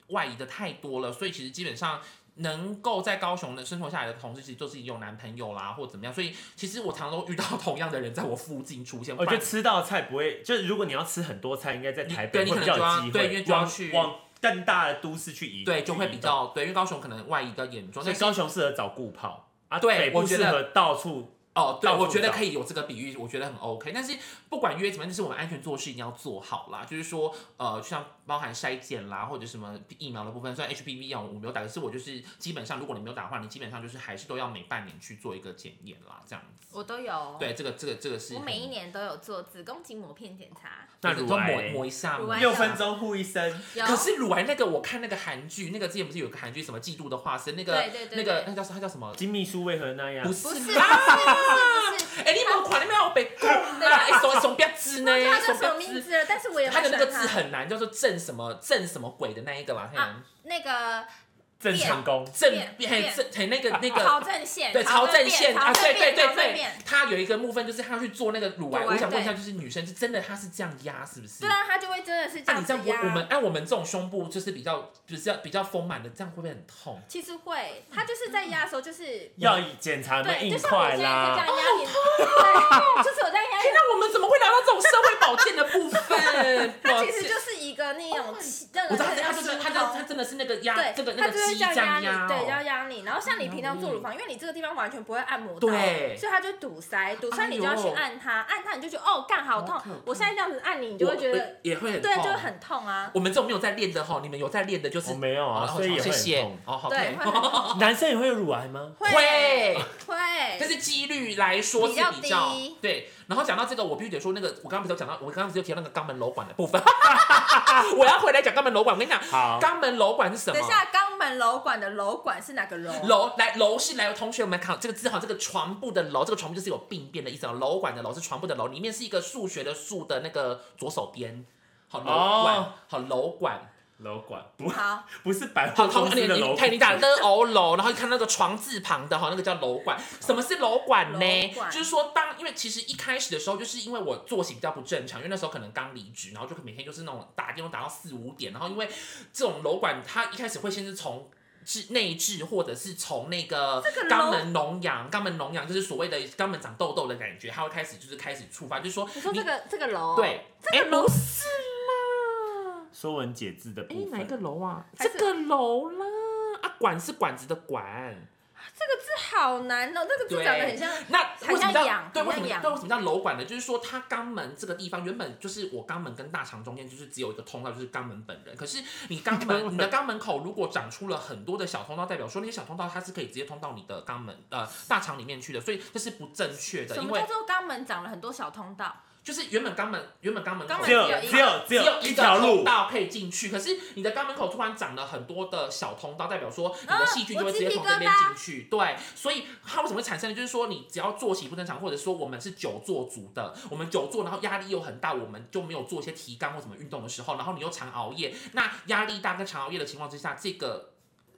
Speaker 3: 外移的太多了，所以其实基本上能够在高雄的生活下来的同事，其实都是有男朋友啦或怎么样。所以其实我常常都遇到同样的人在我附近出现。
Speaker 1: 我
Speaker 3: 不
Speaker 1: 觉
Speaker 3: 然
Speaker 1: 得吃到菜不会，就是如果你要吃很多菜，应该在台北
Speaker 3: 你对你
Speaker 1: 会
Speaker 3: 可
Speaker 1: 比
Speaker 3: 能
Speaker 1: 较
Speaker 3: 就要
Speaker 1: 有机会，
Speaker 3: 对因为就要
Speaker 1: 往
Speaker 3: 去
Speaker 1: 往更大的都市去移，
Speaker 3: 对就会比
Speaker 1: 去移动。
Speaker 3: 较对，因为高雄可能外移比较严重。
Speaker 1: 所
Speaker 3: 但
Speaker 1: 以
Speaker 3: 是
Speaker 1: 高雄适合找顾炮啊，
Speaker 3: 对
Speaker 1: 北部
Speaker 3: 我觉
Speaker 1: 适
Speaker 3: 得
Speaker 1: 合到处。
Speaker 3: 哦，对，
Speaker 1: 到处
Speaker 3: 我觉得
Speaker 1: 找
Speaker 3: 可以有这个比喻，我觉得很 OK。但是不管约怎么样，就是我们安全做事一定要做好啦。就是说，呃，就像包含筛检啦，或者什么疫苗的部分，虽然 HPV 药我没有打，可是我就是基本上，如果你没有打的话，你基本上就是还是都要每半年去做一个检验啦，这样子。
Speaker 2: 我都有。，
Speaker 3: 对，这个这个这个是
Speaker 2: 我每一
Speaker 3: 很
Speaker 2: 年都有做子宫颈抹片检查。
Speaker 1: 那
Speaker 3: 就是
Speaker 1: 乳
Speaker 3: 说抹
Speaker 1: 癌
Speaker 3: 抹一下
Speaker 2: 乳
Speaker 3: 嘛
Speaker 2: 癌
Speaker 1: 六分钟护一生，
Speaker 2: 有
Speaker 3: 可是乳癌那个，我看那个韩剧，那个之前不是有个韩剧什么《嫉妒的化身》，那个
Speaker 2: 对对对
Speaker 3: 那个
Speaker 2: 对
Speaker 3: 那叫他叫什么？
Speaker 1: 金秘书为何那样？
Speaker 3: 不
Speaker 2: 不
Speaker 3: 是
Speaker 2: 是不是
Speaker 3: 啦！
Speaker 2: 不
Speaker 3: [laughs]
Speaker 2: 是不是，
Speaker 3: 哎，你没看，你没有被
Speaker 2: [laughs]
Speaker 3: 攻
Speaker 2: 对
Speaker 3: 啦！哎，手手不要指呢
Speaker 2: 忘记，他叫
Speaker 3: 手不
Speaker 2: 什么
Speaker 3: 要
Speaker 2: 名
Speaker 3: 指。
Speaker 2: 字了，但是我也
Speaker 3: 他的那个字
Speaker 2: 很喜欢
Speaker 3: 很难，叫做正什么正什么鬼的那一个吧，
Speaker 2: 啊那个
Speaker 1: 郑成功，
Speaker 3: 正
Speaker 2: 变
Speaker 3: 嘿
Speaker 2: 变
Speaker 3: 正嘿
Speaker 2: [laughs]
Speaker 3: 那个那
Speaker 2: 曹
Speaker 3: 个
Speaker 2: 正宪，
Speaker 3: 对
Speaker 2: 曹
Speaker 3: 朝正
Speaker 2: 宪，
Speaker 3: 宪啊，
Speaker 2: 曹
Speaker 3: 对
Speaker 2: 正变，
Speaker 3: 对对
Speaker 2: 曹正
Speaker 3: 对
Speaker 2: 变。，
Speaker 3: 他有一个部分就是他去做那个乳癌，
Speaker 2: 乳癌
Speaker 3: 我想问一下，
Speaker 2: 对
Speaker 3: 就是女生是真的她是这样压是不是？
Speaker 2: 对啊，他就会真的是这
Speaker 3: 啊，
Speaker 2: 样
Speaker 3: 你这
Speaker 2: 子
Speaker 3: 样
Speaker 2: 压
Speaker 3: 我我们按我们这种胸部就是比较比较比较丰满的，这样会不会很痛？
Speaker 2: 其实会，他就是在压的时候就是
Speaker 1: 要检查有没有
Speaker 2: 对，就
Speaker 1: 硬
Speaker 2: 像我
Speaker 1: 块
Speaker 2: 现在在这
Speaker 1: 啦
Speaker 2: 样。压你，对，就是我在压你
Speaker 3: 天。哪，哎我们怎么会聊到这种社会保健的部
Speaker 2: [laughs]
Speaker 3: 分？
Speaker 2: 它其实就是一个那种气让
Speaker 3: 哦我知道他
Speaker 2: 人
Speaker 3: 他
Speaker 2: 要
Speaker 3: 就
Speaker 2: 疏
Speaker 3: 是他就他
Speaker 2: 通。
Speaker 3: 真的是那个压
Speaker 2: 对，
Speaker 3: 这个
Speaker 2: 它
Speaker 3: 那
Speaker 2: 就
Speaker 3: 个
Speaker 2: 是
Speaker 3: 肌
Speaker 2: 这样压
Speaker 3: 样
Speaker 2: 你，
Speaker 3: 压
Speaker 2: 对，要
Speaker 3: 哦。嗯
Speaker 2: 压你。然后像你平常做乳房，因为你这个地方完全不会按摩到，
Speaker 3: 对哎
Speaker 2: 所以它就堵塞，堵塞你就要去按它，按它你就觉得哦，干好痛
Speaker 3: 好可怕。
Speaker 2: 我现在这样子按你，你就会觉得
Speaker 3: 哦我也会很
Speaker 2: 对，
Speaker 3: 痛
Speaker 2: 就会很痛啊。
Speaker 3: 我们这种没有在练的吼，你们有在练的，就是
Speaker 1: 我没有啊
Speaker 3: 哦好
Speaker 1: 所以也会
Speaker 3: 谢谢
Speaker 1: 很痛
Speaker 3: 哦，好
Speaker 2: 对，
Speaker 3: 对
Speaker 2: 会，很
Speaker 3: [laughs]
Speaker 2: 痛
Speaker 1: 男生也会有乳癌吗？
Speaker 2: 会
Speaker 3: 但
Speaker 2: 会，
Speaker 3: 是几率来说是
Speaker 2: 比
Speaker 3: 比
Speaker 2: 较
Speaker 3: 较
Speaker 2: 低
Speaker 3: 对。然后讲到这个，我必须得说那个，我刚刚不是有讲到，我刚刚不是有提到那个肛门瘘管的 [laughs] 部分，我要回来讲肛门瘘管。我跟你讲，
Speaker 1: 好
Speaker 3: 肛门瘘管是什么？
Speaker 2: 等一下，肛门瘘管的瘘管是哪个瘘？
Speaker 3: 楼来楼是来，同学们看这个字哈，这个床部的楼，这个床部就是有病变的意思哦。楼管的楼是床部的楼，里面是一个数学的数的那个左手边。好楼管，
Speaker 1: 哦
Speaker 3: 好楼管，
Speaker 1: 楼管不
Speaker 2: 好，
Speaker 1: 不是百
Speaker 3: 好
Speaker 1: 货
Speaker 3: 同
Speaker 1: 公司
Speaker 3: 你
Speaker 1: 的
Speaker 3: 你
Speaker 1: 楼
Speaker 3: 看你
Speaker 1: 管，
Speaker 3: 打了欧楼，然后看那个床字旁的哈，那个叫楼管。什么是楼管呢
Speaker 2: 楼？管
Speaker 3: 就是说当因为其实一开始的时候，就是因为我作息比较不正常，因为那时候可能刚离职，然后就每天就是那种打电话打到四五点，然后因为这种楼管，它一开始会先是从。治内痔，或者是从那个
Speaker 2: 个
Speaker 3: 肛
Speaker 2: 楼
Speaker 3: 门脓疡，肛门脓疡就是所谓的肛门长痘痘的感觉，它会开始就是开始触发，就是说
Speaker 2: 你说这个这个瘘，，
Speaker 3: 对，
Speaker 2: 这
Speaker 3: 哎
Speaker 2: 个瘘
Speaker 3: 不是
Speaker 2: 是
Speaker 1: 说文解字的
Speaker 3: 哎
Speaker 1: 部
Speaker 3: 哪一
Speaker 1: 分。
Speaker 3: 个楼啊？
Speaker 2: 还
Speaker 3: 这
Speaker 2: 是
Speaker 3: 个楼啦，啊管是管子的管，
Speaker 2: 这个字好难哦，这个字
Speaker 3: 对
Speaker 2: 长得很像。
Speaker 3: 那为什么
Speaker 2: 很像
Speaker 3: 叫
Speaker 2: 痒
Speaker 3: 对
Speaker 2: 很像
Speaker 3: 为什么
Speaker 2: 痒
Speaker 3: 对为什么叫瘘管呢？就是说它肛门这个地方原本就是我肛门跟大肠中间就是只有一个通道，就是肛门本人。可是你肛
Speaker 2: [laughs]
Speaker 3: 门你的肛门口如果长出了很多的小通道，代表说那些小通道它是可以直接通到你的肛门呃大肠里面去的，所以这是不正确的，
Speaker 2: 什
Speaker 3: 因
Speaker 2: 么
Speaker 3: 为
Speaker 2: 叫做肛门长了很多小通道？
Speaker 3: 就是原本肛门原本肛门口
Speaker 2: 肛门
Speaker 1: 只有只有只
Speaker 3: 只有
Speaker 1: 有
Speaker 3: 一
Speaker 1: 一
Speaker 3: 个
Speaker 1: 条
Speaker 3: 通
Speaker 1: 路，
Speaker 3: 道可以进去，可是你的肛门口突然长了很多的小通道，代表
Speaker 2: 啊
Speaker 3: 说你的细菌就会直接从这边进去。对，所以它为什么会产生呢？就是说你只要作息不正常，或者说我们是久坐族的，我们久坐，然后压力又很大，我们就没有做一些提肛或什么运动的时候，然后你又常熬夜，那压力大跟常熬夜的情况之下，这个。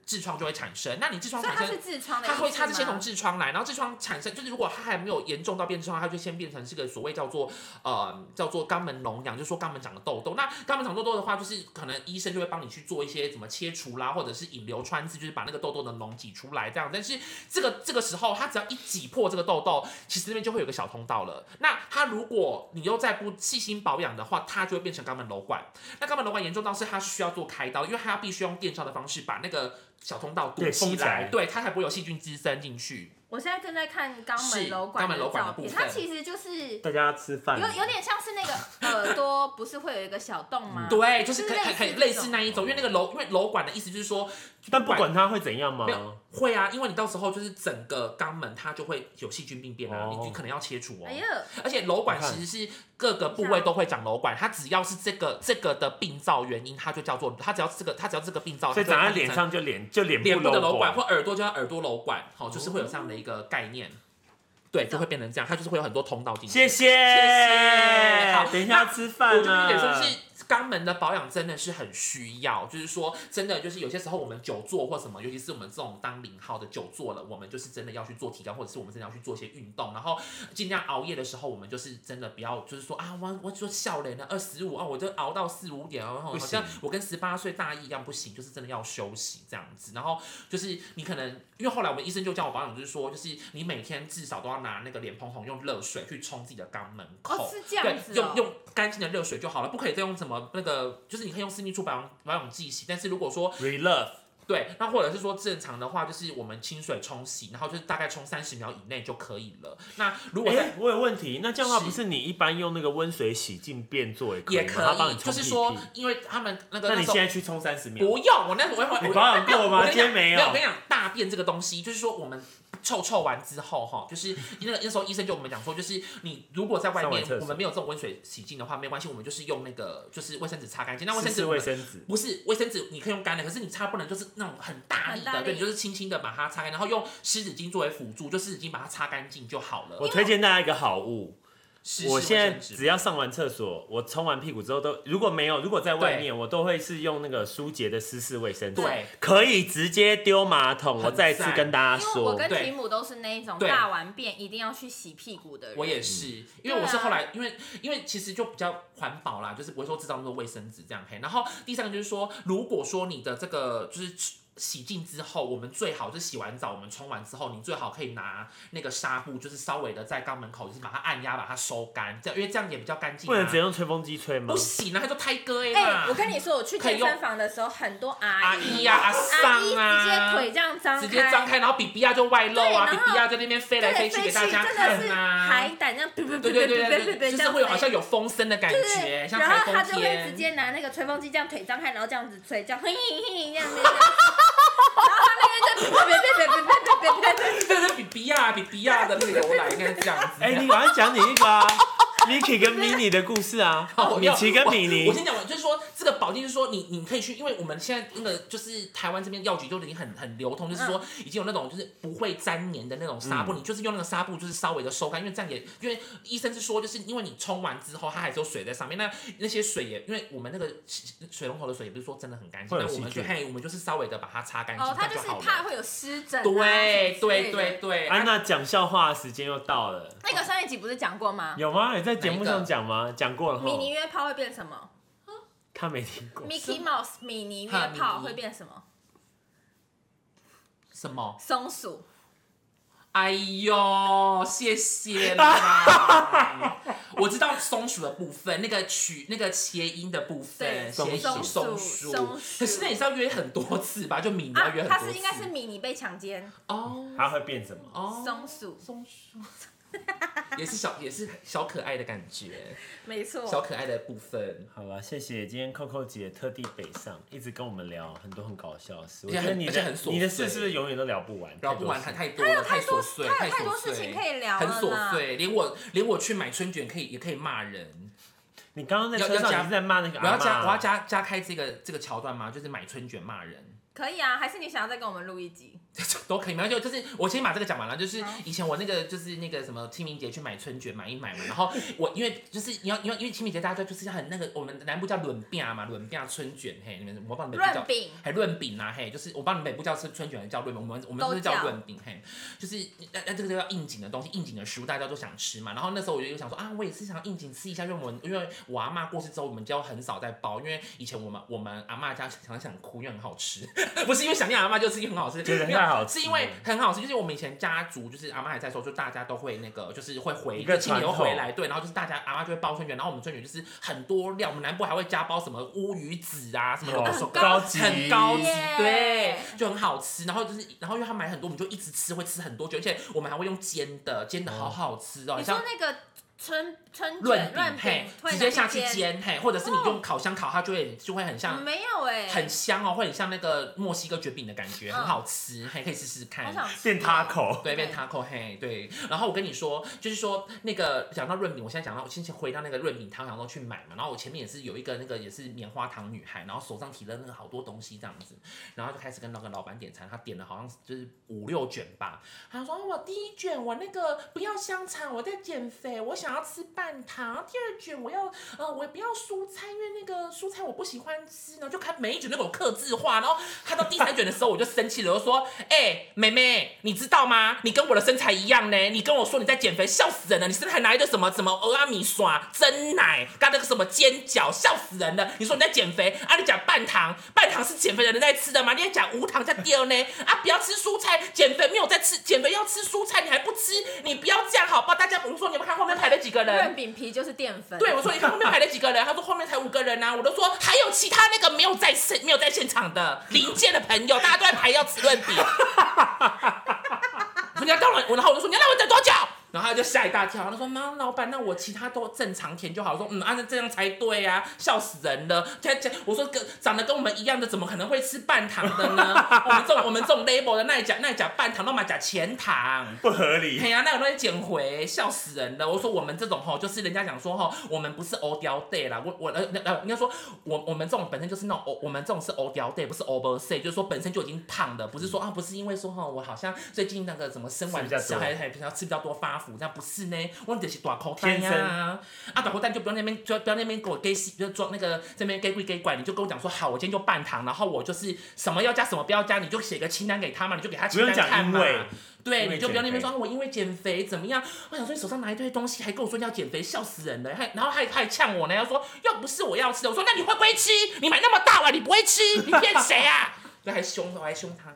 Speaker 3: 痔疮就会产生。那你痔疮
Speaker 2: 所以
Speaker 3: 产
Speaker 2: 它
Speaker 3: 生
Speaker 2: 是，痔疮的意
Speaker 3: 它
Speaker 2: 思吗，
Speaker 3: 会它是先从痔疮来，然后痔疮产生，就是如果它还没有严重到变痔疮，它就先变成是个所谓叫做呃叫做肛门脓疡，就是说肛门长了痘痘。那肛门长痘痘的话，就是可能医生就会帮你去做一些什么切除啦，或者是引流穿刺，就是把那个痘痘的脓挤出来这样。但是这个这个时候，它只要一挤破这个痘痘，其实那边就会有个小通道了。那它如果你又再不细心保养的话，它就会变成肛门瘘管。那肛门瘘管严重到是它需要做开刀，因为它必须用电烧的方式把那个小通道堵
Speaker 1: 对
Speaker 3: 起
Speaker 1: 封起来
Speaker 3: 来，对它才不会有细菌滋生进去。
Speaker 2: 我现在正在看肛门
Speaker 3: 是
Speaker 2: 瘘管
Speaker 3: 肛门瘘管
Speaker 2: 照
Speaker 3: 的
Speaker 2: 片，
Speaker 3: 部
Speaker 2: 它
Speaker 3: 分
Speaker 2: 其实就是
Speaker 1: 大家吃饭
Speaker 2: 有有点像是那个耳朵不是会有一个小洞吗？
Speaker 3: 对，就是
Speaker 2: 是
Speaker 3: 可以
Speaker 2: 嗯类
Speaker 3: 可以
Speaker 2: 似
Speaker 3: 可以
Speaker 2: 这
Speaker 3: 类
Speaker 2: 种
Speaker 3: 似那一种，因为那个瘘，因为瘘管的意思就是说，
Speaker 1: 但不管它会怎样吗
Speaker 3: 没？有会啊，因为你到时候就是整个肛门它就会有细菌病变啊，
Speaker 1: 哦
Speaker 3: 你可能要切除哦。
Speaker 2: 哎呀，
Speaker 3: 而且瘘管
Speaker 1: 我看
Speaker 3: 其实是各个部位都会长瘘管，它只要是这个这个的病灶原因，它就叫做它只要这个它只要这个病灶，
Speaker 1: 所以
Speaker 3: 它就
Speaker 1: 长在
Speaker 3: 会
Speaker 1: 脸
Speaker 3: 成
Speaker 1: 上就脸就脸
Speaker 3: 脸部的瘘
Speaker 1: 瘘
Speaker 3: 管或耳朵就叫耳朵瘘管，好，就是会有这样的一个概念，对，就会变成这样，它就是会有很多通道进去。
Speaker 1: 谢谢，
Speaker 3: 谢好
Speaker 1: 等一下要吃饭啊
Speaker 3: 我就
Speaker 1: 了。
Speaker 3: 跟你说，就是肛门的保养真的是很需要，就是说真的，就是有些时候我们久坐或什么，尤其是我们这种当零号的久坐了，我们就是真的要去做体干，或者是我们真的要去做一些运动，然后尽量熬夜的时候，我们就是真的不要就是说啊，我我说笑脸呢，二十五啊，我就熬到四五点，然后好
Speaker 1: 不行
Speaker 3: 像我跟十八岁大一一样不行，就是真的要休息这样子，然后就是你可能因为后来我们医生就叫我保养，就是说就是你每天至少都要拿那个莲蓬头用热水去冲自己的肛门口，
Speaker 2: 哦，是这样
Speaker 3: 对，
Speaker 2: 子
Speaker 3: 用
Speaker 2: 哦。
Speaker 3: 用干净的热水就好了，不可以再用什么那个，就是你可以用私密处保养保养剂洗，但是如果说
Speaker 1: relove，
Speaker 3: 对，那或者是说正常的话，就是我们清水冲洗，然后就是大概冲三十秒以内就可以
Speaker 2: 嗯
Speaker 3: 了。那如果
Speaker 1: 哎、
Speaker 3: 在
Speaker 1: 我有问题，那这样的话
Speaker 3: 是
Speaker 1: 不是你一般用那个温水洗净便做也可以
Speaker 3: 也
Speaker 1: 吗？
Speaker 3: 可
Speaker 1: 他帮
Speaker 3: 以，
Speaker 1: 你
Speaker 3: 就
Speaker 1: 冲
Speaker 3: 是
Speaker 1: 屁
Speaker 3: 说
Speaker 1: 屁，
Speaker 3: 因为他们那个
Speaker 1: 那
Speaker 3: 那
Speaker 1: 你
Speaker 3: 时候
Speaker 1: 现在去冲三十秒，
Speaker 3: 不用，我那我我
Speaker 1: 你
Speaker 3: 我
Speaker 1: 保养过吗
Speaker 3: 我跟你
Speaker 1: 今天
Speaker 3: 讲
Speaker 1: 没有
Speaker 3: 我跟你讲，大便这个东西，就是说我们臭臭完之后哈，就是那个那时候医生就我们讲说，就是你如果在外
Speaker 1: 上完
Speaker 3: 面
Speaker 1: 厕所
Speaker 3: 我们没有这种温水洗净的话，没关系，我们就是用那个就是卫生纸擦干净。那卫生
Speaker 1: 是
Speaker 3: 纸
Speaker 1: 是
Speaker 3: 我
Speaker 1: 卫
Speaker 3: 们
Speaker 1: 生纸，
Speaker 3: 不是卫生纸，你可以用干的，可是你擦不能就是那种很大力
Speaker 2: 很大
Speaker 3: 的，
Speaker 2: 力
Speaker 3: 对，你就是轻轻的把它擦干，然后用湿纸巾作为辅助，就湿纸巾把它擦干净就好了
Speaker 1: 我。推荐大家一个好物，
Speaker 3: 湿式
Speaker 1: 我现
Speaker 3: 卫
Speaker 1: 在
Speaker 3: 生纸
Speaker 1: 只要上完厕所，我冲完屁股之后都如果没有，如果在外
Speaker 3: 对
Speaker 1: 面，我都会是用那个舒洁的湿式卫生纸，
Speaker 3: 对，
Speaker 1: 可以直接丢马桶。
Speaker 3: 很
Speaker 1: 我再次
Speaker 3: 赞
Speaker 1: 跟大家
Speaker 2: 因为我
Speaker 1: 说，
Speaker 2: 跟
Speaker 3: 对
Speaker 2: 提姆都是那一种
Speaker 3: 对
Speaker 2: 大完便一定要去洗屁股的人。
Speaker 3: 我也是，因为
Speaker 2: 对
Speaker 3: 我是
Speaker 2: 啊
Speaker 3: 后来，因为因为其实就比较环保啦，就是不会说制造那么多卫生纸这样嘿。然后第三个就是说，如果说你的这个就是洗净之后，我们最好就是洗完澡，我们冲完之后，你最好可以拿那个纱布，就是稍微的在肛门口就是把它按压，把它收干，这样因为这样也比较干净、
Speaker 1: 不
Speaker 3: 啊。
Speaker 1: 能直接用吹风机吹吗
Speaker 3: 不？行啊，它就胎割哎、
Speaker 2: 哎、
Speaker 3: 啦
Speaker 2: 我跟你说，我去
Speaker 3: 可以
Speaker 2: 健
Speaker 3: 用
Speaker 2: 身房的时候，很多
Speaker 3: 阿
Speaker 2: 阿
Speaker 3: 姨
Speaker 2: 姨
Speaker 3: 呀、阿
Speaker 2: 阿姨
Speaker 3: 桑啊，
Speaker 2: 直接腿这样张开，
Speaker 3: 直接张开，然后比比亚就外露
Speaker 2: 对
Speaker 3: 啊，比
Speaker 2: 然后
Speaker 3: 比亚在那边飞
Speaker 2: 对，
Speaker 3: 来飞去给大家
Speaker 2: 真的
Speaker 3: 看
Speaker 2: 是
Speaker 3: 啊。
Speaker 2: 海胆这样，对
Speaker 3: 对对对对对，就是会有好像有风声的感
Speaker 2: 对
Speaker 3: 觉，
Speaker 2: 对，
Speaker 3: 像
Speaker 2: 然
Speaker 3: 台
Speaker 2: 后他
Speaker 3: 风
Speaker 2: 就会直
Speaker 3: 天。
Speaker 2: 接拿那个吹风机这样腿张开，然后这样子吹，这样嘿嘿嘿这样子。然后他那边就别别别别别别别别，
Speaker 3: 对 [laughs] 对，比比亚比比亚的那个由来应该是这样子。
Speaker 1: 哎、你赶快讲你一个
Speaker 3: [laughs]
Speaker 1: 啊，Miki 跟 Mini 的故事啊
Speaker 3: 好，我
Speaker 1: 米奇跟米
Speaker 3: 我
Speaker 1: 妮
Speaker 3: 我，先讲完，就是说这个保健，就是说你你可以去，因为我们现在那个就是台湾这边药局就已经很很流通，就是
Speaker 2: 嗯
Speaker 3: 说已经有那种就是不会粘黏的那种纱布，
Speaker 1: 嗯
Speaker 3: 你就是用那个纱布就是稍微的收干，因为这样也因为医生是说，就是因为你冲完之后它还是有水在上面，那那些水也因为我们那个水龙头的水也不是说真的很干净，
Speaker 1: 会有
Speaker 3: 那我们
Speaker 1: 细
Speaker 3: 就
Speaker 1: 菌
Speaker 3: 嘿我们就是稍微的把它擦干净，
Speaker 2: 哦，
Speaker 3: 这
Speaker 2: 他
Speaker 3: 样
Speaker 2: 就是
Speaker 3: 好了。
Speaker 2: 怕会有湿疹、啊。什
Speaker 3: 对
Speaker 2: 么之类
Speaker 3: 对
Speaker 2: 的
Speaker 3: 对。对，
Speaker 1: 安娜讲笑话的时间又到了，
Speaker 2: 那个上一集不是讲过吗？
Speaker 1: 有吗？有在节目
Speaker 3: 哪一
Speaker 1: 上
Speaker 3: 个
Speaker 1: 讲吗？讲过了哈
Speaker 2: 米，妮约炮会变什么
Speaker 1: 他没听过。
Speaker 2: ？Mickey Mouse 米妮约
Speaker 3: 哈米妮
Speaker 2: 炮会变什么？
Speaker 3: 什么？
Speaker 2: 松鼠。
Speaker 3: 哎呦，谢谢
Speaker 2: [laughs]
Speaker 3: 啦！我知道松鼠的部分，那个曲那个谐音的部分，
Speaker 2: 对
Speaker 3: 谐音
Speaker 2: 松鼠
Speaker 3: 松鼠
Speaker 2: 松。鼠
Speaker 3: 可是那也是要约很多次吧？就米妮要
Speaker 2: 啊
Speaker 3: 约，很
Speaker 2: 他
Speaker 3: 多次。
Speaker 2: 是应该是米妮被强奸，
Speaker 3: 哦
Speaker 1: 它会变什么？
Speaker 3: 哦，
Speaker 2: 松鼠
Speaker 3: 松鼠，也是小也是小可爱的感觉，
Speaker 2: 没
Speaker 3: 小
Speaker 2: 错。
Speaker 3: 可爱的部分。
Speaker 1: 好了，谢谢今天 Coco 姐特地北上，一直跟我们聊很多很搞笑的事。我
Speaker 3: 而且
Speaker 1: 觉
Speaker 3: 很
Speaker 1: 得你
Speaker 3: 而且
Speaker 1: 的
Speaker 3: 很琐碎
Speaker 1: 你的事是不是永远都聊不完？
Speaker 3: 聊不完，
Speaker 1: 太
Speaker 3: 太
Speaker 1: 多事
Speaker 3: 太多了，
Speaker 2: 太多
Speaker 3: 琐碎，
Speaker 2: 他有太
Speaker 3: 琐
Speaker 2: 多
Speaker 3: 碎
Speaker 2: 事情可以聊
Speaker 3: 很
Speaker 2: 了
Speaker 3: 琐
Speaker 2: 啦
Speaker 3: 碎。连我连我去买春卷可以也可以骂人。
Speaker 1: 你刚刚在
Speaker 3: 要
Speaker 1: 车
Speaker 3: 要加
Speaker 1: 上一直在骂那个
Speaker 3: 我
Speaker 1: 阿
Speaker 3: 要
Speaker 1: 嬷
Speaker 3: 加我要加加开这个这个桥段吗？就是买春卷骂人，
Speaker 2: 可以啊，还是你想要再跟我们录一集？
Speaker 3: [laughs] 都可以，没关系。就是我先把这个讲完了。就是
Speaker 2: 好
Speaker 3: 以前我那个就是那个什么清明节去买春卷买一买嘛，然后我因为就是你要因为因为清明节大家就是很那个我们南部叫轮饼嘛，轮饼春卷嘿，你们我帮你们北部
Speaker 2: 润
Speaker 3: 叫
Speaker 2: 饼，
Speaker 3: 还润饼啊嘿，就是我帮你们北部叫春春卷，还叫润饼，我们我们
Speaker 2: 都
Speaker 3: 是叫
Speaker 2: 叫
Speaker 3: 润饼嘿，就是那那这个叫应景的东西，应景的食物大家都想吃嘛。然后那时候我就想说啊，我也是想应景吃一下，因为我们因为我阿妈过世之后，我们家很少在包，因为以前我们我们阿妈家常常哭，因为很好吃， [laughs] 不是因为想念阿妈，就是因为很好吃，
Speaker 1: 觉得
Speaker 3: 没有
Speaker 1: 太好吃
Speaker 3: 是因为很好吃，就是我们以前家族就是阿妈还在的时候，就大家都会那个就是会回
Speaker 1: 一个
Speaker 3: 就清明
Speaker 1: 传
Speaker 3: 都回
Speaker 1: 统
Speaker 3: 来，对，然后就是大家阿妈就会包春卷，然后我们春卷就是很多料，我们南部还会加包什么乌鱼子啊什么
Speaker 1: 哦
Speaker 3: 的，
Speaker 2: 很
Speaker 1: 高
Speaker 2: 高
Speaker 1: 级，
Speaker 3: 很高级
Speaker 2: 耶，
Speaker 3: 对，就很好吃。然后就是，然后因为他买很多，我们就一直吃，会吃很多久，而且我们还会用煎的，煎的好好吃哦，
Speaker 2: 你
Speaker 3: 很
Speaker 2: 说
Speaker 3: 像
Speaker 2: 那个春春
Speaker 3: 润
Speaker 2: 卷
Speaker 3: 饼
Speaker 2: 润
Speaker 3: 嘿
Speaker 2: 饼，，
Speaker 3: 直接下去，煎哦嘿，或者是你用烤箱烤，它就会就会很像。
Speaker 2: 没有哎，
Speaker 3: 很香哦，会很像那个墨西哥卷饼的感觉，
Speaker 2: 嗯
Speaker 3: 很好吃，还可以试试看
Speaker 2: 好。想吃
Speaker 1: 变
Speaker 2: 哦
Speaker 1: taco，
Speaker 3: 对，变
Speaker 2: 对
Speaker 3: taco 嘿，对。然后我跟你说，就是说那个讲到润饼，我现在讲到，我先前回到那个润饼汤，然后去买嘛。然后我前面也是有一个那个也是棉花糖女孩，然后手上提了那个好多东西这样子，然后就开始跟那个老板点餐，她点了好像就是五六卷吧。她说我第一卷我那个不要香肠，我在减肥，我想要吃半糖。第二卷我要呃我不要蔬菜，因为那个蔬菜我不喜欢吃。然后就看每一卷都给我克制化，然后她到第三卷的时候我就生气了，我就说哎、妹妹，你知道吗？你跟我的身材一样呢。你跟我说你在减肥，笑死人了。你是不是还拿一个什么什么俄阿米耍蒸奶，干那个什么煎饺，笑死人了。你说你在减肥，啊，你讲半糖，半糖是减肥的人在吃的吗？你也讲无糖在丢呢，啊，不要吃蔬菜，减肥没有在吃，减肥要吃蔬菜，你还不吃，你不要这样好不好？大家，我说你们看后面排了几个人
Speaker 2: 润。饼皮就是淀粉，
Speaker 3: 对，我说你看后面排了几个人，他说后面才五个人啊，我都说还有其他那个没有在现没有在现场的临界的朋友，大家都在排要吃论饼。我说你要到了，我然后我就说你要让我等多久？然后他就吓一大跳，他说：“妈，老板，那我其他都正常填就好。”我说：“嗯，按、啊、这样才对呀、啊，笑死人了。”他讲，我说跟长得跟我们一样的，怎么可能会吃半糖的呢？我们这种我们这种 label 的那一讲那一讲半糖，那么讲全糖。
Speaker 1: 不合
Speaker 3: 哎
Speaker 1: 理。
Speaker 3: 呀、那有东西捡回，笑死人了。我说我们这种吼，就是人家讲说吼，我们不是欧雕 day 啦，我我呃那呃，应该说我我们这种本身就是那种欧，我们这种是欧雕 day，不是 over say，就是说本身就已经胖的，不是说啊不是因为说吼我好像最近那个怎么生完
Speaker 1: 嗯吃比较多
Speaker 3: 小孩还比较吃比较多发福，那不是呢，我只是大口袋
Speaker 1: 天
Speaker 3: 呀、啊，啊大口袋就不要那边就不要那边给我 gay 就装那个这边 gay 贵 gay 怪，你就跟我讲说好，我今天就半糖，然后我就是什么要加什么不要加，你就写个清单给他嘛，你就给他
Speaker 1: 不
Speaker 3: 清
Speaker 1: 用
Speaker 3: 单
Speaker 1: 讲
Speaker 3: 看
Speaker 1: 因
Speaker 3: 嘛。
Speaker 1: 为
Speaker 3: 对，
Speaker 1: 因为
Speaker 3: 你就不要
Speaker 1: 减
Speaker 3: 那边
Speaker 1: 肥
Speaker 3: 说啊我因为减肥怎么样？我想说你手上拿一堆东西，还跟我说你要减肥，笑死人了。还然后还还呛我呢，要说要不是我要吃的，我说那你会不会吃？你买那么大碗，你不会吃？你骗谁啊？
Speaker 1: [laughs]
Speaker 3: 对，还凶，我还凶他，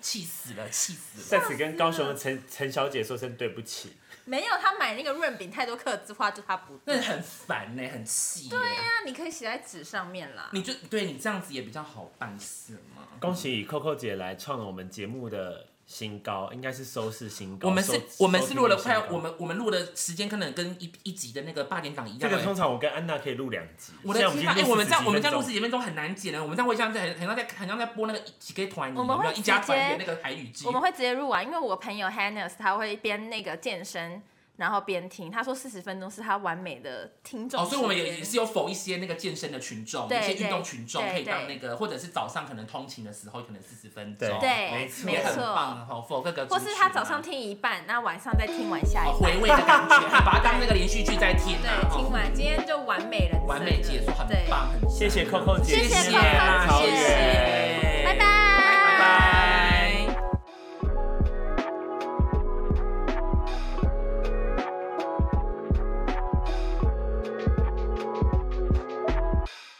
Speaker 3: 气死了，气死
Speaker 1: 在
Speaker 3: 了。
Speaker 1: 此跟高雄的陈陈小姐说声对不起。
Speaker 2: 没有他买那个润饼太多克制化，就他不
Speaker 3: 那
Speaker 2: 对。
Speaker 3: 很烦呢、很气、对
Speaker 1: 啊
Speaker 2: 对啊呀、你可以写在纸上面啦。
Speaker 3: 你就对你这样子也比较好办事嘛。
Speaker 1: 恭喜 Coco 姐来创了我们节目的新高，应该是收视新高。
Speaker 3: 我们是
Speaker 1: 收，
Speaker 3: 我们是录了
Speaker 1: 收听率
Speaker 3: 快，
Speaker 1: 新高
Speaker 3: 我们我们录的时间可能跟一一集的那个八点档一样、
Speaker 1: 这个
Speaker 3: 欸
Speaker 1: 通常我跟安娜可以录两集。
Speaker 3: 我的
Speaker 1: 现在
Speaker 3: 天
Speaker 1: 已
Speaker 3: 哪！
Speaker 1: 经
Speaker 3: 哎、
Speaker 1: 录
Speaker 3: 我们这样
Speaker 1: 40
Speaker 3: 我们这样
Speaker 1: 分
Speaker 3: 录
Speaker 1: 钟
Speaker 3: 十几分钟很难剪了，我们这样会像在很很像在很像在播那个几个团里，
Speaker 2: 我们会
Speaker 3: 有没有一家
Speaker 2: 直
Speaker 3: 团圆
Speaker 2: 接
Speaker 3: 那个台语剧
Speaker 2: 我。们会直接录啊完，因为我朋友 Hannes 他会边那个健身，然后边听。他说四十分钟是他完美的听众
Speaker 3: 哦，
Speaker 2: 时
Speaker 3: 所
Speaker 2: 间。
Speaker 3: 以我们也也是有否一些那个健身的群众，
Speaker 2: 对
Speaker 3: 一些运
Speaker 2: 对
Speaker 3: 动群众
Speaker 2: 对
Speaker 3: 可以当那
Speaker 2: 对
Speaker 3: 个，或者是早上可能通勤的时候，可能四十分钟，
Speaker 1: 对
Speaker 2: 对
Speaker 3: 哦
Speaker 2: 没
Speaker 1: 错
Speaker 3: 也很
Speaker 2: 没错
Speaker 3: 棒哦，否各个
Speaker 2: 或
Speaker 3: 族
Speaker 2: 是
Speaker 3: 群
Speaker 2: 他
Speaker 3: 啊
Speaker 2: 早上听一半，那晚上再听完下一
Speaker 3: 哦
Speaker 2: 半。
Speaker 3: 回味的感觉，把它当那个连续剧在听啊，
Speaker 2: 对，
Speaker 3: 哦
Speaker 2: 听完今天就完美了，
Speaker 3: 完美结束，很
Speaker 2: 对
Speaker 3: 棒，很
Speaker 1: 谢谢 Coco 姐，
Speaker 2: 谢谢
Speaker 3: 谢
Speaker 2: Coco
Speaker 1: 超
Speaker 2: 姐
Speaker 1: 越